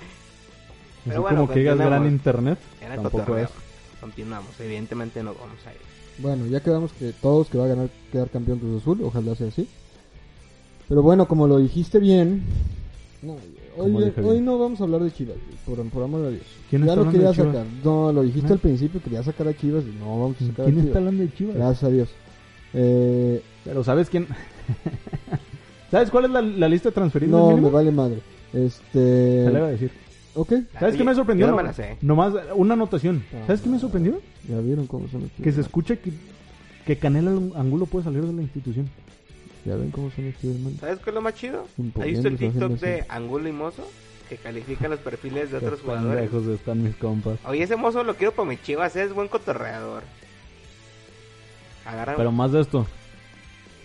bueno,
como que digas gran
continuemos.
internet.
Era
Tampoco
cotorreo.
es.
Continuamos, evidentemente no vamos a ir.
Bueno, ya quedamos que todos que va a ganar quedar campeón Cruz Azul, ojalá sea así. Pero bueno, como lo dijiste bien, no, hoy,
Como dije
hoy
bien.
no vamos a hablar de Chivas, güey, por, por amor a Dios.
¿Quién
ya
está
lo
hablando
quería
de Chivas?
sacar, no, lo dijiste
¿Eh?
al principio, quería sacar a Chivas y no vamos a sacar
¿Quién
a
está
Chivas.
hablando de Chivas?
Gracias a Dios. Eh,
Pero ¿sabes quién? <laughs> ¿Sabes cuál es la, la lista transferida?
no, me vale madre. Este,
Te la iba a decir.
ok,
¿Sabes qué me sorprendió?
Yo no me la sé.
Nomás una anotación.
Ah,
¿Sabes qué me sorprendió?
ya vieron cómo son los
Que se
Chivas.
escucha que, que Canela Angulo puede salir de la institución.
Ya ven cómo son los Chivas, man.
¿Sabes qué es lo más chido? ¿Has
Imponiéndose,
visto el TikTok
haciendo
de
así.
Angulo y Mozo? Que califica los perfiles de
Qué
otros jugadores.
pendejos están mis compas.
Oye, ese Mozo lo quiero para mis Chivas, es buen cotorreador. Agarra
Pero más de esto.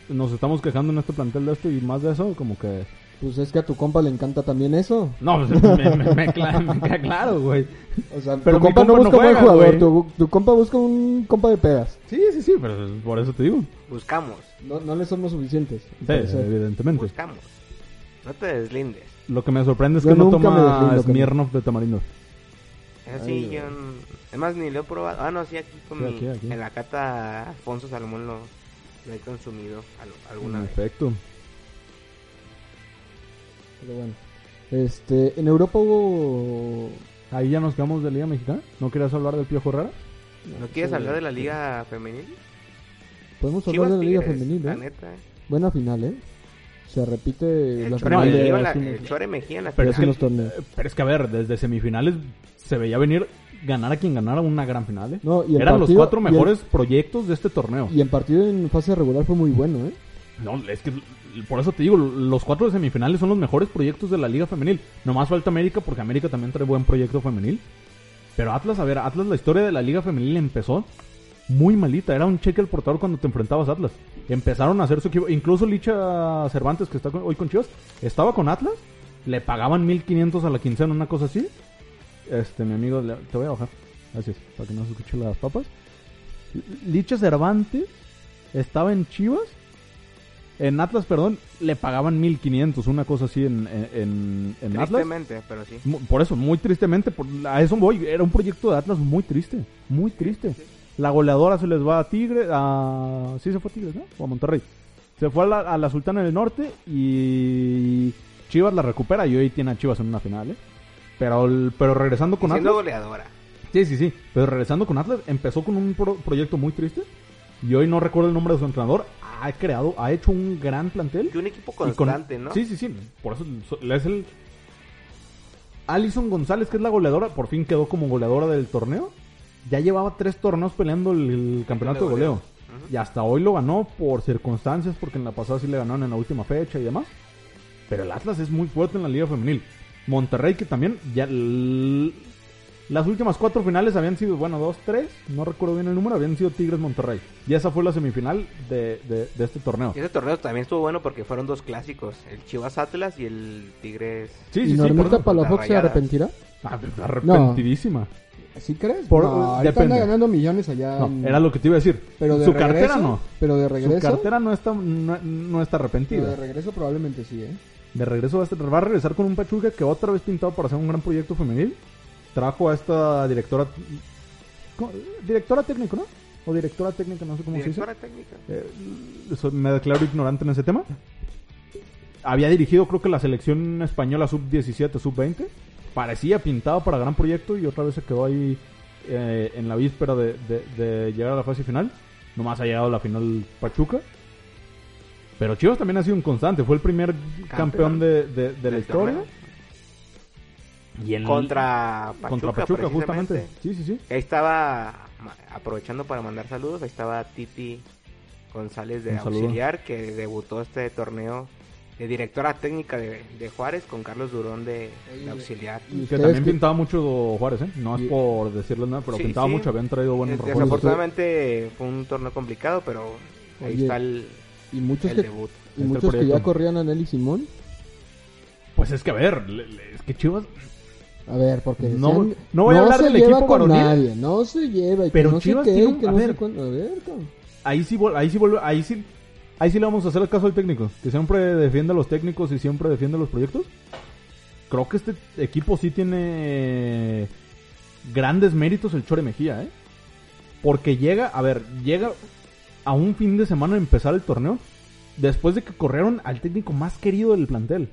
Nos estamos quejando en este plantel de esto y más de eso, como que...
Pues es que a tu compa le encanta también eso.
No, pues me, me, me cla- me queda claro, güey.
O sea,
Pero
tu
mi
compa,
compa
no
no
busca un buen
juega,
jugador,
güey.
tu, tu compa busca un compa de pedas.
Sí, sí, sí, pero por eso te digo.
buscamos,
No, no le somos suficientes.
Sí,
al parecer.
evidentemente.
buscamos. No te deslindes.
Lo que me sorprende es
Yo
que no
nunca me
toma
deslindo,
Smirnoff de tamarindo.
Es así,
Ay,
yo... n- Es más, ni lo he probado. Ah, no, sí, aquí con
Sí,
mi-
aquí, aquí.
En la cata Alfonso Salomón lo, lo he consumido al- alguna
En
vez.
efecto.
Pero bueno. Este, en Europa hubo...
Ahí ya nos quedamos de Liga Mexicana. ¿No querías hablar del Piojo Herrera?
¿No quieres hablar de la liga femenil?
Podemos hablar
Chivas
de la liga
Tigres,
femenil,
La
¿eh?
neta.
Buena final, ¿eh? Se
Eh,
repite
El
la
Chore
final
Mejía,
de
Mejía,
los
en la-
fines-
el Chore Mejía en la
Pero
los
es que-
final.
fines torneos.
Eh, Pero es que, a ver, desde semifinales se veía venir ganar a quien ganara una gran final, ¿eh?
No, y el
Eran los
partido-
cuatro
y el-
mejores proyectos de este torneo.
Y en partido en fase regular fue muy bueno, ¿eh?
No, es que por eso te digo, los cuatro de semifinales son los mejores proyectos de la Liga Femenil. Nomás falta América porque América también trae buen proyecto femenil. Pero Atlas, a ver, Atlas, la historia de la Liga Femenil empezó muy malita. Era un cheque al portador cuando te enfrentabas a Atlas. Empezaron a hacer su equipo. Incluso Licha Cervantes, que está con- hoy con Chivas, estaba con Atlas. Le pagaban 1500 a la quincena, una cosa así. Este, mi amigo, le- te voy a bajar. Gracias, para que no se escuchen las papas. Licha Cervantes estaba en Chivas En Atlas, perdón, le pagaban 1500, una cosa así en, en, en Atlas.
Tristemente, pero sí.
Mu- Por eso, muy tristemente, por- a eso voy. Era un proyecto de Atlas muy triste, muy triste. La goleadora se les va a Tigre, a... Sí, se fue a Tigres, ¿no? O a Monterrey. Se fue a la, a la Sultana del Norte y Chivas la recupera y hoy tiene a Chivas en una final, ¿eh? Pero, el- pero regresando con
Siendo
Atlas...
goleadora.
Sí, sí, sí. Pero regresando con Atlas, empezó con un pro- proyecto muy triste y hoy no recuerdo el nombre de su entrenador. Ha creado, ha hecho un gran plantel.
Y un equipo
Y con-
constante, ¿no?
Sí, sí, sí. Por eso so- es el. Alison González, que es la goleadora, por fin quedó como goleadora del torneo. Ya llevaba tres torneos peleando el, el campeonato de goleo.
Ujú.
Y hasta hoy lo ganó por circunstancias, porque en la pasada sí le ganaron en la última fecha y demás. Pero el Atlas es muy fuerte en la Liga Femenil. Monterrey, que también ya. l- Las últimas cuatro finales habían sido, bueno, dos, tres, no recuerdo bien el número, habían sido Tigres Monterrey. Y esa fue la semifinal de, de- de este torneo.
Y ese torneo también estuvo bueno porque fueron dos clásicos, el Chivas Atlas y el Tigres.
Sí,
¿Y
sí, sí. por
Normita
eso.
Palafox se
rayadas.
arrepentirá?
Ah, pero Arrepentidísima.
¿Sí crees?
Por-
no, ahorita
depende.
anda ganando millones allá.
No,
en-
era lo que te iba a decir.
Um, pero de
Su
regreso,
cartera no.
Pero de
Su
regreso.
cartera no está, no, no está
pero de
arrepentida.
regreso probablemente sí, ¿eh?
De regreso va a, estar- va a regresar con un Pachuca que otra vez pintado para hacer un gran proyecto femenil. Trajo a esta directora... ¿cómo? Directora técnico, ¿no? O directora técnica, no sé cómo
Directora técnica.
se dice. Eh, soy- me declaro ignorante en ese tema. Había dirigido creo que la selección española sub-17, sub-20. Parecía pintado para gran proyecto y otra vez se quedó ahí eh, en la víspera de, de- de llegar a la fase final. Nomás ha llegado a la final Pachuca. Pero Chivas también ha sido un constante. Fue el primer campeón, de, de- de la
Del
historia.
torneo.
Y en-
Contra Pachuca.
contra Pachuca,
precisamente.
justamente. Sí, sí, sí.
Ahí estaba, ma- aprovechando para mandar saludos, ahí estaba Titi González de
Un saludo.
Auxiliar, que debutó este torneo de directora técnica de, de Juárez con Carlos Durón de, de
Oye,
Auxiliar.
¿Y
Que
ustedes
también
qué-
pintaba mucho Juárez, ¿eh? No es
Y-
por decirles nada, pero
Sí,
pintaba
sí.
mucho. Habían traído buenos
Des-
refuerzos.
Desafortunadamente fue un torneo complicado, pero ahí
Oye,
está el,
Y muchos,
el
que,
debut.
y
Está el
muchos que
proyecto.
ya corrían a Nelly Simón.
Pues es que, a ver, le- le- es que Chivas...
A ver, porque
No-
decían,
no voy a hablar
se
del
lleva
equipo
con
varonil.
nadie, no se lleva, y que
Pero
no sé
Chivas
qué,
tiene
y
un-
que
a
no sé
ver.
cuándo- a ver, cabrón.
Ahí sí, vol- ahí sí, volve- ahí sí, ahí sí le vamos a hacer el caso al técnico, que siempre defiende a los técnicos y siempre defiende los proyectos. Creo que este equipo sí tiene grandes méritos el Chore Mejía, ¿eh? Porque llega, a ver, llega a un fin de semana de empezar el torneo, después de que corrieron al técnico más querido del plantel.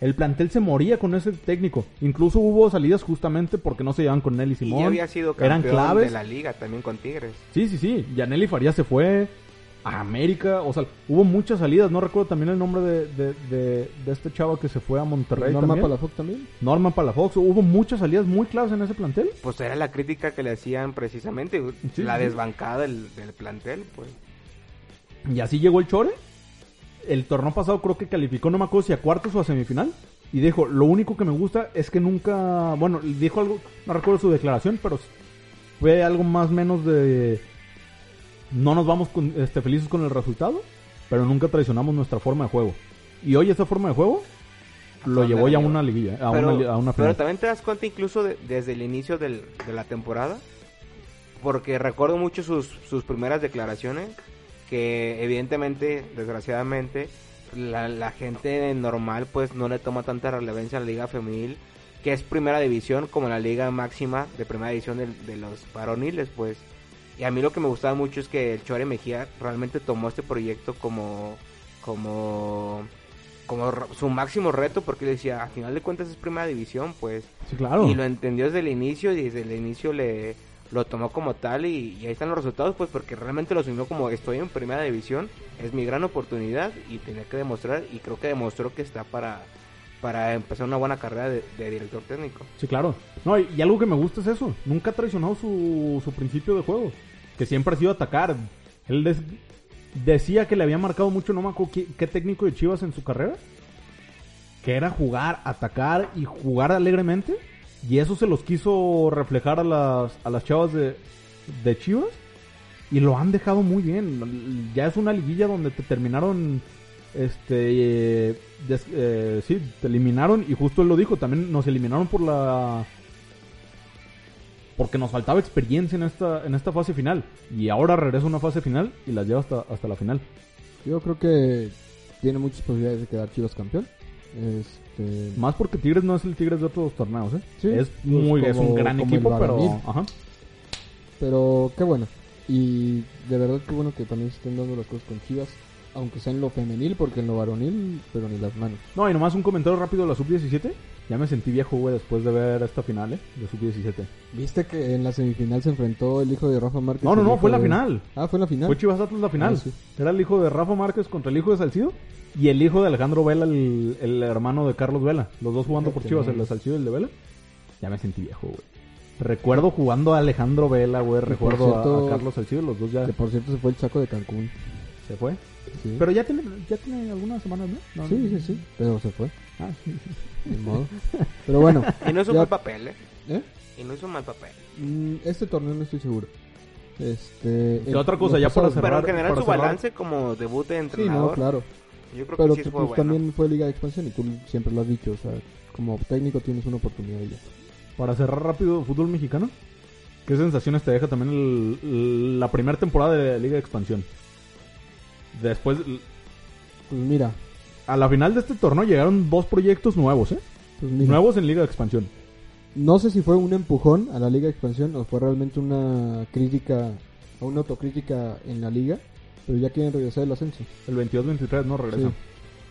El plantel se moría con ese técnico. Incluso hubo salidas justamente porque no se llevaban con Nelly
Y
Simón.
ya había sido
eran
campeón
claves.
de la liga también con Tigres.
Sí, sí, sí. Yaneli Farías se fue a América. O sea, hubo muchas salidas. No recuerdo también el nombre de, de, de, de este chavo que se fue a Monterrey.
Norma
también.
Palafox también.
Norman Palafox. Hubo muchas salidas muy claves en ese plantel.
Pues era la crítica que le hacían precisamente,
Sí,
la
sí.
desbancada del, del plantel, pues.
Y así llegó el Chore. El torneo pasado creo que calificó, no me acuerdo si a cuartos o a semifinal. Y dijo, lo único que me gusta es que nunca... Bueno, dijo algo, no recuerdo su declaración, pero fue algo más menos de... No nos vamos con- este, felices con el resultado, pero nunca traicionamos nuestra forma de juego. Y hoy esa forma de juego lo
Donde
llevó
la
ya a
llevó.
una liguilla, a,
pero,
una, li- a una
pero
final.
también te das cuenta incluso de- desde el inicio del- de la temporada, porque recuerdo mucho sus, sus primeras declaraciones, que evidentemente, desgraciadamente, la, la gente normal pues no le toma tanta relevancia a la liga femenil, que es primera división como la liga máxima de primera división del- de, los varoniles pues. Y a mí lo que me gustaba mucho es que el Chore Mejía realmente tomó este proyecto como... como como r- su máximo reto porque él decía, a final de cuentas es primera división, pues.
Sí,
Oh.
claro.
Y lo entendió desde el inicio y desde el inicio le lo tomó como tal y, y ahí están los resultados, pues porque realmente lo asumió como estoy en primera división, es mi gran oportunidad y tenía que demostrar y creo que demostró que está para, para empezar una buena carrera de, de director técnico.
Sí, claro. No, y, y algo que me gusta es eso. Nunca ha traicionado su, su principio de juego. Que siempre ha sido atacar. Él des- decía que le había marcado mucho, no me acuerdo qué, qué técnico de Chivas en su carrera. Que era jugar, atacar y jugar alegremente. Y eso se los quiso reflejar a las, a las chavas de, de Chivas. Y lo han dejado muy bien. Ya es una liguilla donde te terminaron. Este. eh, des- eh, sí, te eliminaron. Y justo él lo dijo. También nos eliminaron por la. Porque nos faltaba experiencia en esta, en esta fase final. Y ahora regresa a una fase final y las lleva hasta, hasta la final.
Yo creo que tiene muchas posibilidades de quedar Chivas campeón. Este,
Más porque Tigres no es el Tigres de otros torneos, ¿eh?
Sí.
Es, muy,
Pues
es un
como-
gran
como
equipo,
el
pero...
Varonil.
Ajá.
pero qué bueno. Y de verdad qué bueno que también se estén dando las cosas con Chivas, aunque sea en lo femenil, porque en lo varonil, pero ni las manos.
No, y nomás un comentario rápido de la sub-17. Ya me sentí viejo, güey, después de ver esta final, ¿eh? De sub-17.
¿Viste que en la semifinal se enfrentó el hijo de Rafa Márquez?
No, no,
el
no,
hijo
fue la
de-
final.
Ah, fue la final.
Fue Chivas Atlas la final.
Ah, sí.
Era el hijo de Rafa Márquez contra el hijo de Salcido y el hijo de Alejandro Vela, el, el hermano de Carlos Vela. Los dos jugando por
Fíjate,
Chivas,
no.
el de Salcido y el de Vela. Ya me sentí viejo, güey. Recuerdo jugando a Alejandro Vela, güey.
por
Recuerdo a- a,
cierto-
Carlos Salcido, los dos ya
Que por cierto se fue el Chaco de Cancún.
se fue.
Sí.
Pero ya tiene, ya tiene algunas semanas, ¿no? No,
sí,
no.
sí, sí, pero se fue.
Ah, sí.
Ni modo. Pero bueno.
Y no es un
ya-
mal papel, ¿eh?
¿eh?
Y no es un mal papel.
Mm, Este torneo no estoy seguro. Este.
¿Qué
el-
otra cosa?
los
Ya para
pasados-
cerrar.
Pero en general
para
su
cerrar.
balance como debut de
Sí, no,
entrenador,
claro.
yo creo
Pero
que sí
pues,
fue bueno.
también fue Liga de Expansión y tú siempre lo has dicho. O sea, como técnico tienes una oportunidad y ya.
Para cerrar rápido, fútbol mexicano. ¿Qué sensaciones te deja también el- el- la primera temporada de la Liga de Expansión? Después, l-
Pues mira.
a la final de este torneo llegaron dos proyectos nuevos, ¿eh?
Pues mira.
Nuevos en Liga de Expansión.
No sé si fue un empujón a la Liga de Expansión o fue realmente una crítica, o una autocrítica en la Liga, pero ya quieren regresar el ascenso.
El 22-23 no regresa.
Sí.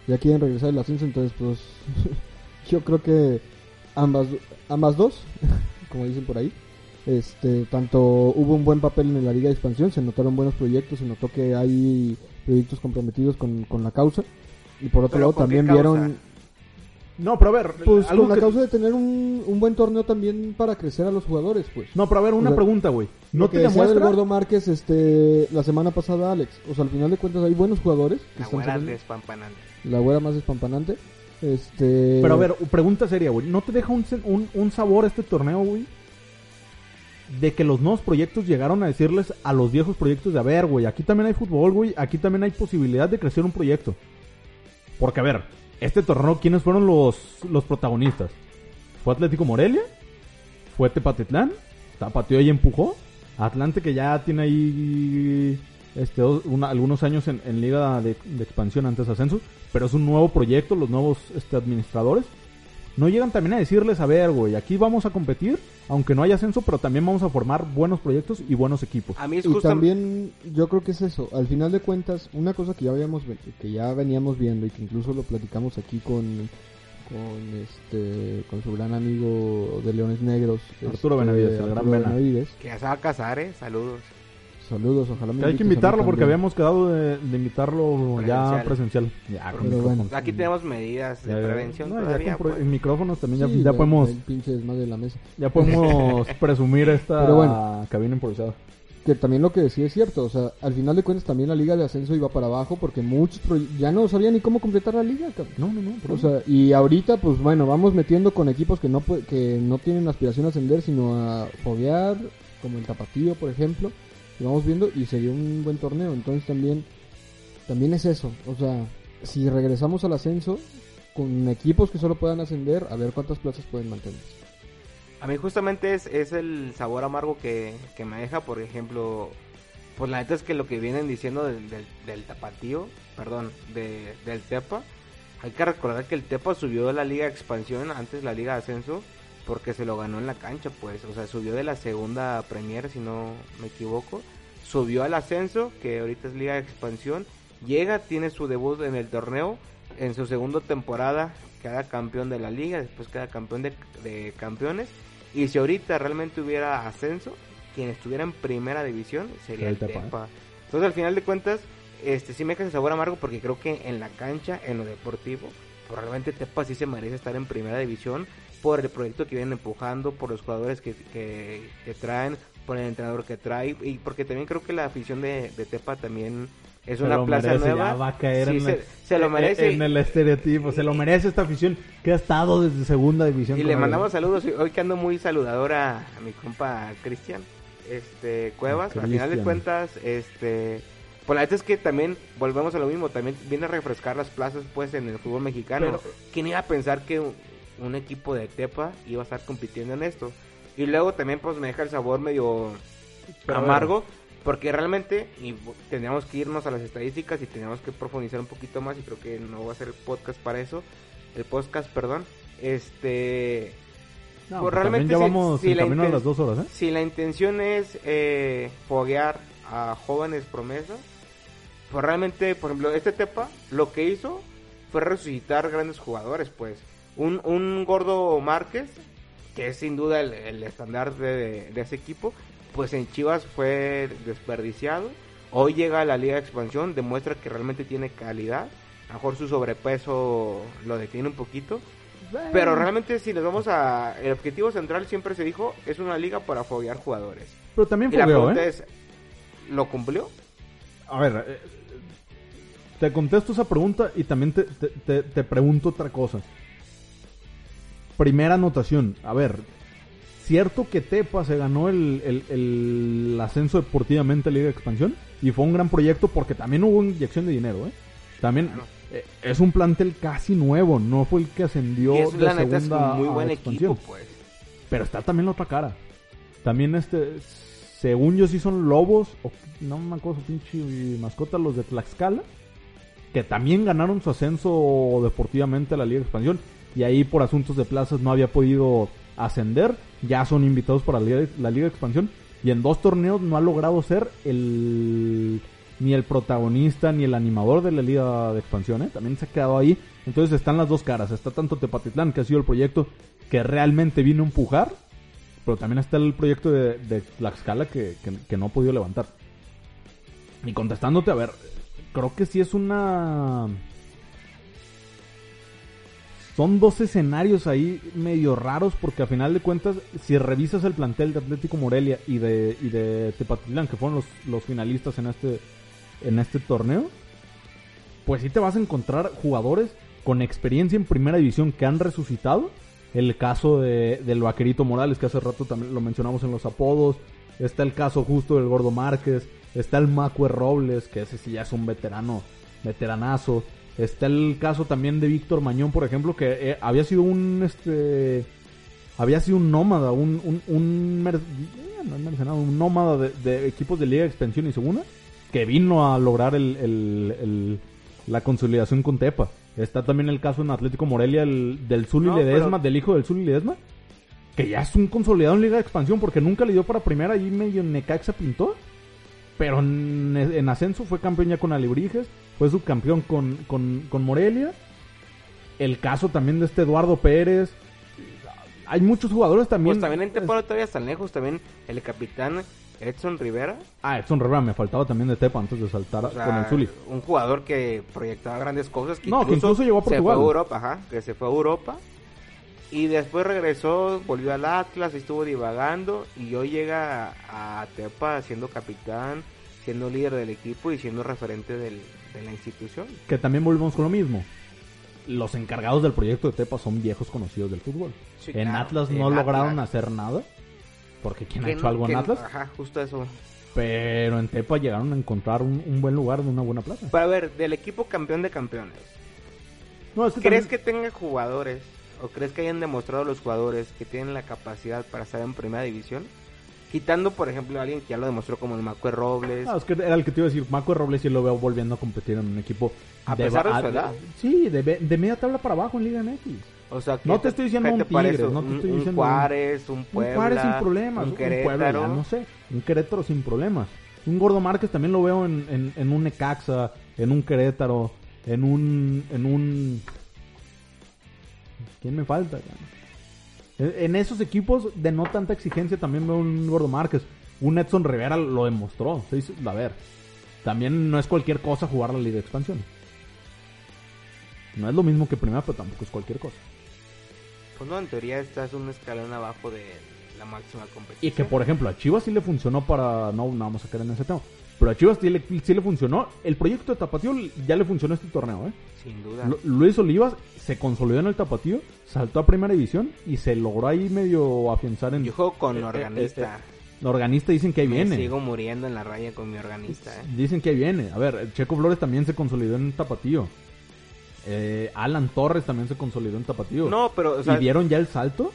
Ya quieren regresar el ascenso, entonces pues <laughs> yo creo que ambas, ambas dos, <laughs> como dicen por ahí, este, tanto hubo un buen papel en la Liga de Expansión, se notaron buenos proyectos, se notó que hay proyectos comprometidos con, con la causa, y por otro
Pero
lado
¿con qué
también
causa?
vieron...
No, pero a ver,
Pues
algo
con la
que-
causa de tener un, un buen torneo también para crecer a los jugadores, pues.
No, pero a ver, una
O sea,
pregunta, güey. ¿No
Lo que
te
decía del
demuestra?
Gordo Márquez este, la semana pasada, Alex. O sea, al final de cuentas hay buenos jugadores. Que
La
están
güera
saliendo.
despampanante.
La güera más despampanante. Este,
Pero a ver, pregunta seria, güey. ¿No te deja un, sen- un, un sabor este torneo, güey? De que los nuevos proyectos llegaron a decirles a los viejos proyectos de, a ver, güey, aquí también hay fútbol, güey, aquí también hay posibilidad de crecer un proyecto. Porque, a ver, este torneo, ¿quiénes fueron los, los protagonistas? Fue Atlético Morelia, fue Tepatitlán, Tapatío y empujó, Atlante que ya tiene ahí este, dos- una- algunos años en, en liga de, de expansión antes ascenso, pero es un nuevo proyecto, los nuevos este, administradores. No llegan también a decirles, a ver, güey, aquí vamos a competir, aunque no haya ascenso, pero también vamos a formar buenos proyectos y buenos equipos.
A mí es
y
justo...
también yo creo que es eso. Al final de cuentas, una cosa que ya habíamos ve- que ya veníamos viendo y que incluso lo platicamos aquí con con este con su gran amigo de Leones Negros,
Arturo
este,
Benavides, el gran
Arturo
Bena.
Benavides.
Que ya se va a casar, ¿eh? Saludos.
Saludos, ojalá me
Hay
invites
que
a mí
invitarlo porque
también.
habíamos quedado de, de invitarlo ya
Presencial.
presencial. Ya, con
Pero
micrófonos.
bueno.
Aquí tenemos medidas de
Ya-
prevención
no, ya
todavía.
con pro-
pues.
micrófonos también ya,
Sí,
ya
el-
podemos
el pinche desmadre de la mesa.
Ya <laughs> podemos presumir esta
Pero bueno.
cabina improvisada.
que también lo que decía es cierto, o sea, al final de cuentas también la liga de ascenso iba para abajo porque muchos proye- ya no sabían ni cómo completar la liga. cabrón.
No, no, no.
O sea, y ahorita pues bueno, vamos metiendo con equipos que no pue- que no tienen aspiración a ascender, sino a foguear, como el Tapatío, por ejemplo. Y vamos viendo y sería un buen torneo, entonces también también es eso, o sea, si regresamos al ascenso con equipos que solo puedan ascender, a ver cuántas plazas pueden mantenerse.
A mí justamente es, es el sabor amargo que, que me deja, por ejemplo, pues la neta es que lo que vienen diciendo del, del, del tapatío, perdón, de, del Tepa, hay que recordar que el Tepa subió de la Liga de Expansión, antes la Liga de Ascenso, porque se lo ganó en la cancha, pues, o sea, subió de la segunda Premier, si no me equivoco, subió al Ascenso, que ahorita es Liga de Expansión, llega, tiene su debut en el torneo, en su segunda temporada queda campeón de la liga, después queda campeón de, de campeones. Y si ahorita realmente hubiera ascenso, quien estuviera en primera división sería
El
el
Tepa,
Tepa. Entonces, al final de cuentas, este sí me queda sabor amargo porque creo que en la cancha, en lo deportivo, probablemente Tepa sí se merece estar en primera división por el proyecto que vienen empujando, por los jugadores que, que, que traen, por el entrenador que trae y porque también creo que la afición de, de Tepa también es
Se
una
lo
plaza
merece,
nueva.
ya va a caer
Sí,
en
se,
la-
se lo
en-
merece.
En el estereotipo. Se lo merece esta afición que ha estado desde segunda división.
Y
con
le
el-
mandamos saludos. Hoy que ando muy saludador a, a mi compa Cristian este, Cuevas. Al final de
Cristian.
cuentas, este. Pues la neta es que también volvemos a lo mismo. También viene a refrescar las plazas pues en el fútbol mexicano. ¿Quién iba a pensar que un, un equipo de Tepa iba a estar compitiendo en esto? Y luego también pues me deja el sabor medio
Pero a ver.
amargo Porque realmente y tendríamos que irnos a las estadísticas y tendríamos que profundizar un poquito más y creo que no va a ser el podcast para eso. El podcast, perdón. Este...
No,
pues
pues también
realmente
ya
si-
vamos
si
en
la
camino a
inten-
las dos horas, ¿eh?
Si la intención es eh, foguear a jóvenes promesas, pues realmente, por ejemplo, este Tepa lo que hizo fue resucitar grandes jugadores, pues. Un, un gordo Márquez, que es sin duda el, el estandarte de, de ese equipo, pues en Chivas fue desperdiciado. Hoy llega a la Liga de Expansión, demuestra que realmente tiene calidad. A lo mejor su sobrepeso lo detiene un poquito. Pero realmente si nos vamos a... El objetivo central siempre se dijo, es una liga para foguear jugadores.
Pero también
Y la
fogueo,
pregunta
¿eh?
es, ¿lo cumplió?
A ver, eh, te contesto esa pregunta y también te, te- te- te pregunto otra cosa. Primera anotación. A ver, ¿cierto que Tepa se ganó el, el- el ascenso deportivamente a Liga de Expansión? Y fue un gran proyecto porque también hubo inyección de dinero, ¿eh? También eh, es un plantel casi nuevo, no fue el que ascendió
y es,
de
la
segunda
neta es un muy
a
buen
expansión.
equipo, pues.
Pero está también la otra cara. También este, según yo sí son lobos, o no me acuerdo su pinche mascota, los de Tlaxcala, que también ganaron su ascenso deportivamente a la Liga de Expansión. Y ahí por asuntos de plazas no había podido ascender. Ya son invitados para la Liga de, la Liga de Expansión. Y en dos torneos no ha logrado ser el ni el protagonista ni el animador de la Liga de Expansión. ¿eh? También se ha quedado ahí. Entonces están las dos caras. Está tanto Tepatitlán, que ha sido el proyecto que realmente vino a empujar. Pero también está el proyecto de, de Tlaxcala que, que- que no ha podido levantar. Y contestándote, a ver, creo que sí es una... Son dos escenarios ahí medio raros porque a final de cuentas, si revisas el plantel de Atlético Morelia y de, y de Tepatitlán, que fueron los, los finalistas en este, en este torneo, pues sí te vas a encontrar jugadores con experiencia en primera división que han resucitado. El caso de- del Vaquerito Morales, que hace rato también lo mencionamos en los apodos. Está el caso justo del Gordo Márquez. Está el Macue Robles, que ese sí ya es un veterano, veteranazo. Está el caso también de Víctor Mañón, por ejemplo, que eh, había sido un este había sido un nómada, un, un, un, mer- eh, no es mercenario, un nómada de, de equipos de Liga de Expansión y Segunda, que vino a lograr el, el- el- la consolidación con Tepa. Está también el caso en Atlético Morelia el- del Zuli
No,
Ledesma,
pero-
del hijo del Zuli Ledesma, que ya es un consolidado en Liga de Expansión porque nunca le dio para primera y medio Necaxa pintó. Pero en, en ascenso fue campeón ya con Alebrijes, fue subcampeón con, con, con Morelia. El caso también de este Eduardo Pérez. Hay muchos jugadores también.
Pues también en Teporo todavía están lejos, también el capitán Edson Rivera.
Ah, Edson Rivera, me faltaba también de Tepa antes de saltar
o sea,
con el Zuli.
un jugador que proyectaba grandes cosas. Que
No, que incluso llegó a Portugal.
Se fue a Europa, ajá, que se fue a Europa. Y después regresó, volvió al Atlas, estuvo divagando. Y hoy llega a, a Tepa siendo capitán, siendo líder del equipo y siendo referente del- de la institución.
Que también volvemos con lo mismo. Los encargados del proyecto de Tepa son viejos conocidos del fútbol.
Sí,
en
claro,
Atlas
en
no lograron
Atlas.
hacer nada. Porque ¿quién ha
Que
hecho
no-
algo
que
en
no-
Atlas?
Ajá, justo eso.
Pero en Tepa llegaron a encontrar un, un buen lugar en una buena plaza.
Para ver, del equipo campeón de campeones.
No, es que
¿Crees
también-
que tenga jugadores o crees que hayan demostrado los jugadores que tienen la capacidad para estar en primera división? Quitando, por ejemplo, a alguien que ya lo demostró como el Macue Robles.
Ah, es que era el que te iba a decir, Marco Robles sí lo veo volviendo a competir en un equipo.
A pesar de su
a-
edad.
Sí, de, be- de media tabla para abajo en Liga MX.
O sea,
No
¿qué
te estoy diciendo
qué
un
te parece?
Tigres, no te
Un-
estoy
un
diciendo un-
Juárez, un Puebla,
un Juárez sin problemas,
un
un Puebla,
Querétaro.
ya no sé, un Querétaro sin problemas. Un Gordo Márquez también lo veo en, en, en un Necaxa, en un Querétaro, en un... En un... ¿Quién me falta? En, en esos equipos de no tanta exigencia también veo un Gordo Márquez. Un Edson Rivera lo demostró. se hizo- a ver, también no es cualquier cosa jugar la Liga de Expansión. No es lo mismo que primera, pero tampoco es cualquier cosa.
Pues no, en teoría estás un escalón abajo de la máxima competencia.
Y que, por ejemplo, a Chivas sí le funcionó para... No, no vamos a caer en ese tema. Pero a Chivas sí le, sí le funcionó. El proyecto de Tapatío ya le funcionó este torneo, ¿eh?
Sin duda.
Lu- Luis Olivas se consolidó en el Tapatío, saltó a Primera División y se logró ahí medio afianzar en...
Yo juego con
eh, eh,
organista.
Organista dicen que ahí
Me
viene.
sigo muriendo en la raya con mi organista. ¿eh?
Dicen que ahí viene. A ver, Checo Flores también se consolidó en Tapatío. Eh, Alan Torres también se consolidó en Tapatío.
No, pero, o sea, eh,
¿Y vieron ya el salto?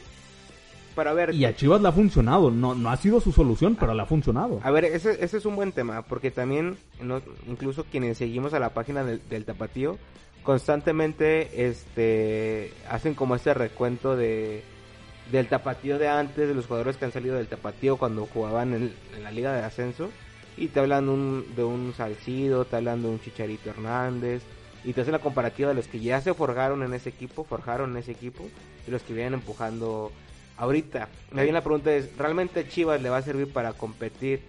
pero a ver.
Y a Chivas le ha funcionado. No, no ha sido su solución, pero le ha funcionado.
A ver, ese, ese es un buen tema, porque también no- incluso quienes seguimos a la página del, del Tapatío constantemente este hacen como este recuento de del Tapatío de antes, de los jugadores que han salido del Tapatío cuando jugaban en, en la Liga de Ascenso y te hablan un- de un Salcido, te hablan de un Chicharito Hernández y te hacen la comparativa de los que ya se forjaron en ese equipo, forjaron en ese equipo y los que vienen empujando ahorita. Me viene la pregunta es, ¿realmente Chivas le va a servir para competir,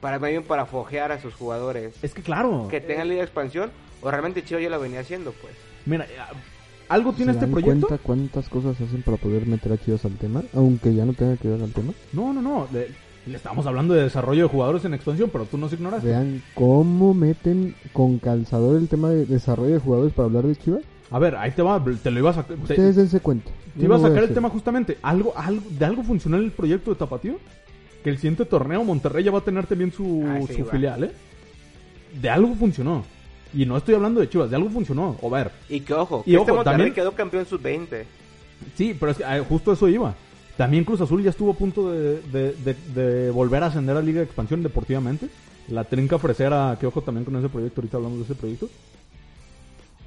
para más bien para fojear a sus jugadores
Es que claro.
que tengan liga de expansión o realmente Chivas ya lo venía haciendo pues?
Mira, eh, algo tiene
¿Se
este
dan
proyecto.
cuenta cuántas cosas hacen para poder meter a Chivas al tema? Aunque ya no tenga que ver al tema.
No, no, no. Le, le estamos hablando de desarrollo de jugadores en expansión, pero tú nos ignoras.
Vean cómo meten con calzador el tema de desarrollo de jugadores para hablar de Chivas.
A ver, ahí te va. Te lo iba a sacar. Te,
Ustedes dense cuenta.
te iba a sacar el tema justamente. ¿Algo, algo, ¿De algo funcionó el proyecto de Tapatío? Que el siguiente torneo Monterrey ya va a tener también su,
Ah, sí,
su
va.
filial, ¿eh? De algo funcionó. Y no estoy hablando de Chivas, de algo funcionó. O ver,
Y que ojo,
Y
que
ojo,
este Monterrey
también-
quedó campeón sub-20.
Sí, pero es que, eh, justo eso iba. También Cruz Azul ya estuvo a punto de, de- de- de volver a ascender a Liga de Expansión deportivamente. La trinca fresera, que ojo también con ese proyecto, ahorita hablamos de ese proyecto.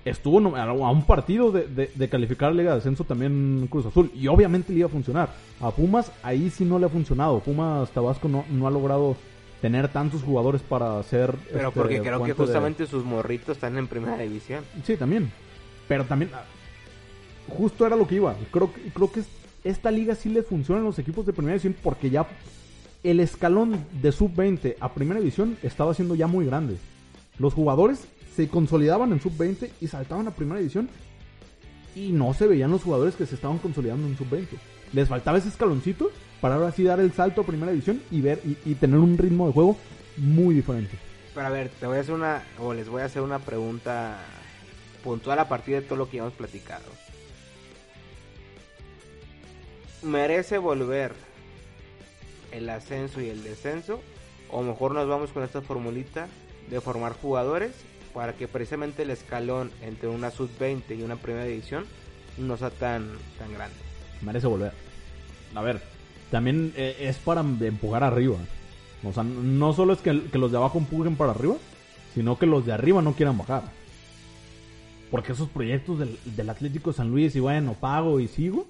Estuvo nom- a a un partido de, de- de calificar a Liga de Ascenso también Cruz Azul. Y obviamente le iba a funcionar. A Pumas ahí sí no le ha funcionado. Pumas Tabasco no, no ha logrado tener tantos jugadores para hacer...
Pero
este,
porque creo que
fuente de-
justamente sus morritos están en primera división.
Sí, también. Pero también, ah, justo era lo que iba. Creo, que- creo que es- esta liga sí le funciona a los equipos de primera división porque ya el escalón de sub-20 a primera división estaba siendo ya muy grande. Los jugadores se consolidaban en sub-20 y saltaban a primera división y no se veían los jugadores que se estaban consolidando en sub-20. Les faltaba ese escaloncito para ahora sí dar el salto a primera división y ver y- y tener un ritmo de juego muy diferente.
Pero a ver, te voy a hacer una, o les voy a hacer una pregunta puntual a partir de todo lo que ya hemos platicado. ¿Merece volver el ascenso y el descenso? O mejor nos vamos con esta formulita de formar jugadores para que precisamente el escalón entre una sub-20 y una primera división no sea tan, tan grande.
merece volver. A ver, también eh, es para empujar arriba. O sea, no solo es que, que los de abajo empujen para arriba, sino que los de arriba no quieran bajar. Porque esos proyectos del, del Atlético de San Luis, y bueno, pago y sigo.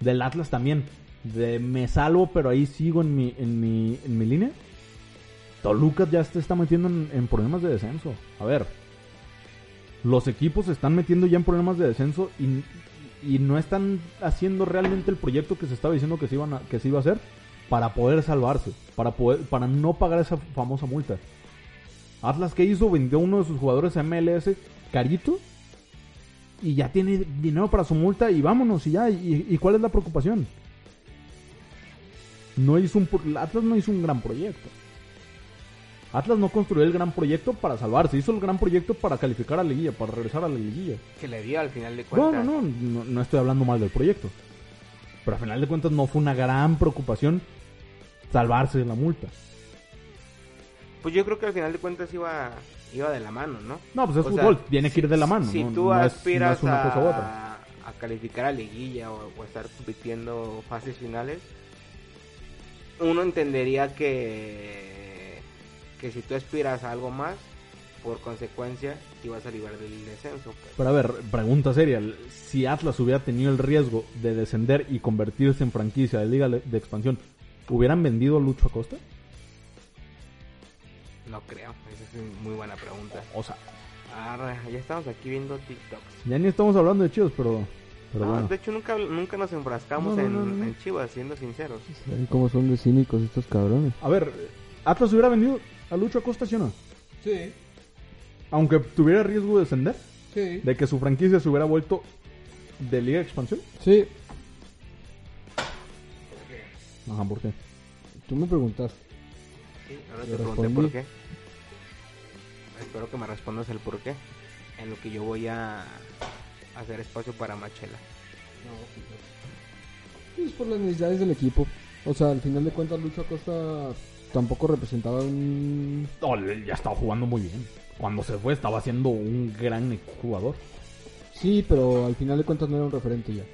Del Atlas también. De me salvo, pero ahí sigo en mi, en mi, en mi línea. Toluca ya se está metiendo en, en problemas de descenso. A ver, los equipos se están metiendo ya en problemas de descenso y, y no están haciendo realmente el proyecto que se estaba diciendo que se, iban a- que se iba a hacer para poder salvarse, para, poder, para no pagar esa famosa multa. Atlas que hizo vendió uno de sus jugadores a MLS carito y ya tiene dinero para su multa y vámonos y ya. ¿Y, y cuál es la preocupación? No hizo un, pro- Atlas no hizo un gran proyecto. Atlas no construyó el gran proyecto para salvarse, hizo el gran proyecto para calificar a la liguilla, para regresar a la liguilla.
Que le dio al final de
No,
cuentas.
no, no, no, no estoy hablando mal del proyecto. Pero al final de cuentas no fue una gran preocupación salvarse de la multa.
Pues yo creo que al final de cuentas iba, iba de la mano, ¿no?
No, pues es
O sea,
fútbol, tiene que
si-
ir de la mano.
Si
no-
tú
no es- no es
aspiras
una
a,
cosa u otra.
a calificar a liguilla o, o a estar compitiendo fases finales, uno entendería que, que si tú aspiras a algo más, por consecuencia, te vas a librar del descenso. pues.
Pero a ver, pregunta seria, si Atlas hubiera tenido el riesgo de descender y convertirse en franquicia de liga de expansión, ¿hubieran vendido a Lucho Acosta?
No creo, esa es una muy buena pregunta.
O sea,
Arre, ya estamos aquí viendo TikToks.
ya ni estamos hablando de chivos, pero, pero
No,
bueno.
De hecho, nunca, nunca nos enfrascamos
No, no,
en,
no, no.
en Chivas, siendo sinceros.
¿Saben cómo son de cínicos estos cabrones?
A ver, ¿Atlas hubiera vendido a Lucho Acosta, sí o no?
Sí,
Aunque tuviera riesgo de descender,
sí.
de que su franquicia se hubiera vuelto de liga de expansión.
Sí,
Ajá, ¿por qué?
tú me preguntaste.
Sí, ahora te
Yo
pregunté
respondí.
por qué. Espero que me respondas el por qué. En lo que yo voy a hacer espacio para Machela.
Es Pues por las necesidades del equipo. O sea, al final de cuentas Lucho Acosta tampoco representaba un...
No, le- ya estaba jugando muy bien. Cuando se fue estaba siendo un gran jugador.
Sí, pero al final de cuentas no era un referente ya.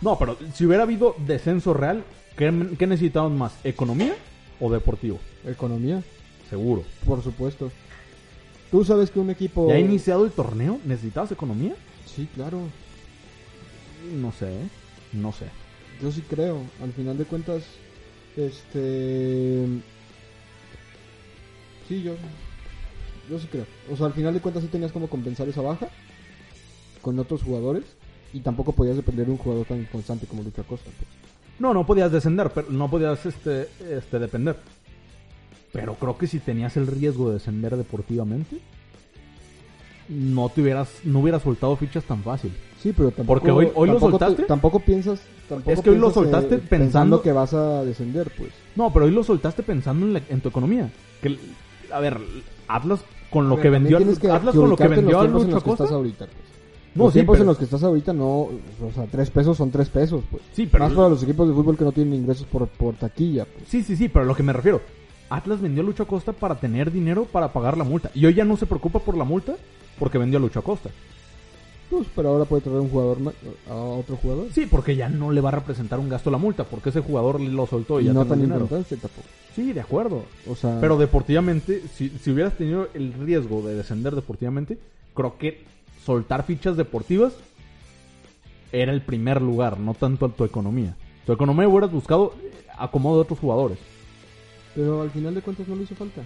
No, pero si hubiera habido descenso real, ¿qué, qué necesitaban más? ¿Economía o deportivo?
Economía,
Seguro.
por supuesto. Tú sabes que un equipo...
¿Ya iniciado el torneo? ¿Necesitabas economía?
Sí, claro.
No sé, ¿eh? no sé.
Yo sí creo. Al final de cuentas, este... Sí, yo... Yo sí creo. O sea, al final de cuentas sí tenías como compensar esa baja con otros jugadores y tampoco podías depender de un jugador tan constante como Luca Costa. pues.
No, no podías descender, pero no podías este, este, depender. Pero creo que si tenías el riesgo de descender deportivamente, no te hubieras, no hubieras soltado fichas tan fácil.
Sí, pero tampoco...
Porque hoy- hoy lo
tampoco te-
soltaste.
Tampoco piensas... Tampoco
Es que hoy lo
piensas, eh,
soltaste pensando-
que vas a descender, pues.
No, pero hoy lo soltaste pensando en, la- en tu economía. Que, l- a ver, Atlas con lo
Pero
que
también
vendió, al-
tienes que-
Atlas
que
con lo que
ubicarte en
vendió a
los tiempos en
Lucho
los que
Acosta.
estás ahorita. pues.
No,
los
sí,
tiempos
pero-
en los que estás ahorita no, o sea, tres pesos son tres pesos, pues.
Sí, pero-
Más para los equipos de fútbol que no tienen ingresos por, por taquilla, pues.
Sí, sí, sí, pero a lo que me refiero. Atlas vendió a Lucho Acosta para tener dinero para pagar la multa. Y hoy ya no se preocupa por la multa porque vendió a Lucho Acosta.
Pues, pero ahora puede traer un jugador ma- a otro jugador.
Sí, porque ya no le va a representar un gasto la multa, porque ese jugador lo soltó y,
y
ya
no
tiene
tan
el dinero.
importante tampoco.
Sí, de acuerdo.
O sea,
Pero deportivamente, si, si hubieras tenido el riesgo de descender deportivamente, creo que soltar fichas deportivas era el primer lugar, no tanto tu economía. Tu economía hubieras buscado eh, acomodo de otros jugadores.
pero al final de cuentas no le hizo falta.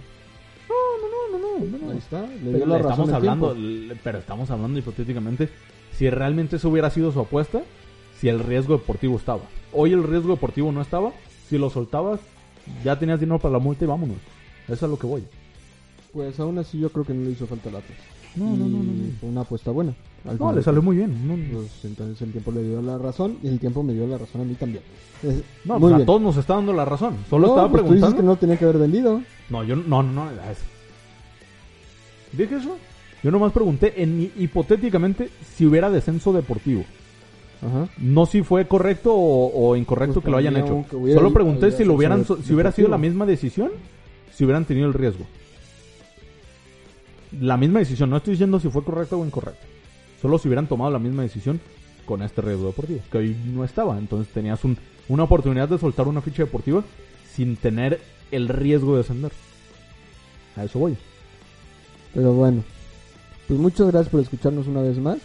No, no, no, no, no.
Ahí está, le dio
Pero
la razón
estamos
el
hablando,
tiempo.
le- pero estamos hablando hipotéticamente si realmente eso hubiera sido su apuesta, si el riesgo deportivo estaba. Hoy el riesgo deportivo no estaba, si lo soltabas ya tenías dinero para la multa y vámonos. Eso es a lo que voy.
Pues aún así yo creo que no le hizo falta el Atlas.
No,
Y
no, no, no, no.
Fue una apuesta buena. Al
No,
final
le
de
salió muy bien. No,
cuentas, pues, entonces el tiempo le dio la razón y el tiempo me dio la razón a mí también. Es-
No,
muy
pues a
bien.
todos nos está dando la razón. Solo
No,
estaba
pues tú dices
preguntando.
que no tenía que haber vendido.
No, yo no, no, no. es- ¿Dije eso? Yo nomás pregunté en hi- hipotéticamente si hubiera descenso deportivo.
Ajá.
No si fue correcto o, o incorrecto
Pues
que lo hayan
para mí,
hecho.
aunque hubiera-
Solo pregunté
hubiera
si lo hubieran,
sido
si hubiera sido la
deportivo.
misma decisión, si hubieran tenido el riesgo. La misma decisión. No estoy diciendo si fue correcto o incorrecto. Solo si hubieran tomado la misma decisión con este riesgo deportivo, que hoy no estaba. Entonces tenías un- una oportunidad de soltar una ficha deportiva sin tener el riesgo de descender. A eso voy.
Pero bueno, pues muchas gracias por escucharnos una vez más.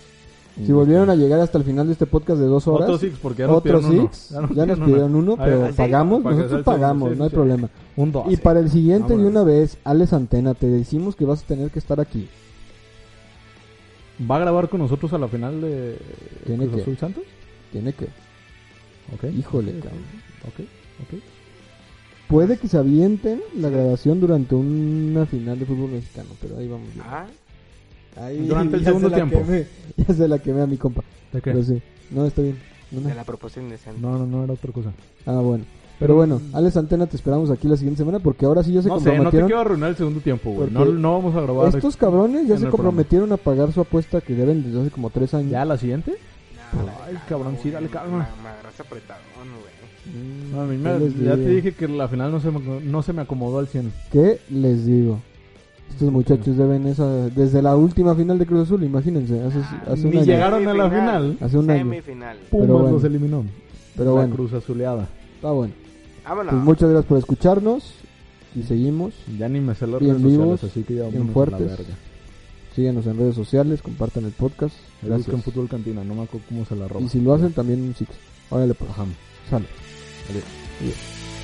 Si volvieron a llegar hasta el final de este podcast de dos horas,
Otro six, porque ya nos
otro
pidieron uno.
six,
Ya nos
ya nos
pidieron
pidieron
uno.
uno,
A
pero
ver, ¿sí?
pagamos,
Para que
nosotros
sea el
pagamos,
segundo,
no hay
sí, sí.
problema.
Un dos.
Y para el siguiente
Vámonos.
de una vez, Alex Antena, te decimos que vas a tener que estar aquí.
¿Va a grabar con nosotros a la final de
Tiene
Cruz
que.
Azul Santos?
Tiene que,
Ok.
híjole,
Ok,
cabrón.
ok, ok.
Puede que se avienten la grabación durante una final de fútbol mexicano, pero ahí vamos. bien.
Ah,
Ahí, <laughs>
Durante el
ya se
segundo
la
tiempo.
quemé, ya se la quemé a mi compa.
¿De qué?
Pero sí, no, está bien. No, no.
de la propuesta indecente.
No, no, no, era otra cosa.
Ah, bueno. Pero bueno, Alex Antena, te esperamos aquí la siguiente semana porque ahora sí ya se
Mm. No sé, no te
comprometieron.
quiero arruinar el segundo tiempo, güey. No,
Porque
no vamos a grabar.
Estos cabrones ya
en
se
el
comprometieron a pagar su apuesta que deben desde hace como tres años.
¿Ya la siguiente?
No, la
Ay,
neta,
cabrón,
güey,
sí, dale, calma.
la madraza apretadón, güey.
Mm,
No, a mí
¿qué
me-
les
ya te
digo?
dije que la final no se me, no se me acomodó al 100.
¿Qué les digo? Estos muchachos deben esa... Desde la última final de Cruz Azul, imagínense, hace, hace un
Ah, Ni
año.
llegaron a la
Semifinal.
final.
Hace un año.
Semifinal.
Pumas
bueno.
los eliminó.
Pero
la
bueno.
cruz azuleada.
Está bueno.
Vámonos.
Pues muchas gracias por escucharnos y seguimos.
Ya ni me sé las
Bien
redes sociales,
vivos,
así que ya
bien
vámonos a la
fuertes.
verga.
Síganos en redes sociales, compartan el podcast.
Ahí Buscan
Gracias.
fútbol cantina, no me acuerdo cómo se la roban.
Y si lo hacen, también un six. Órale, pues.
Ajá.
Sale.
Adiós.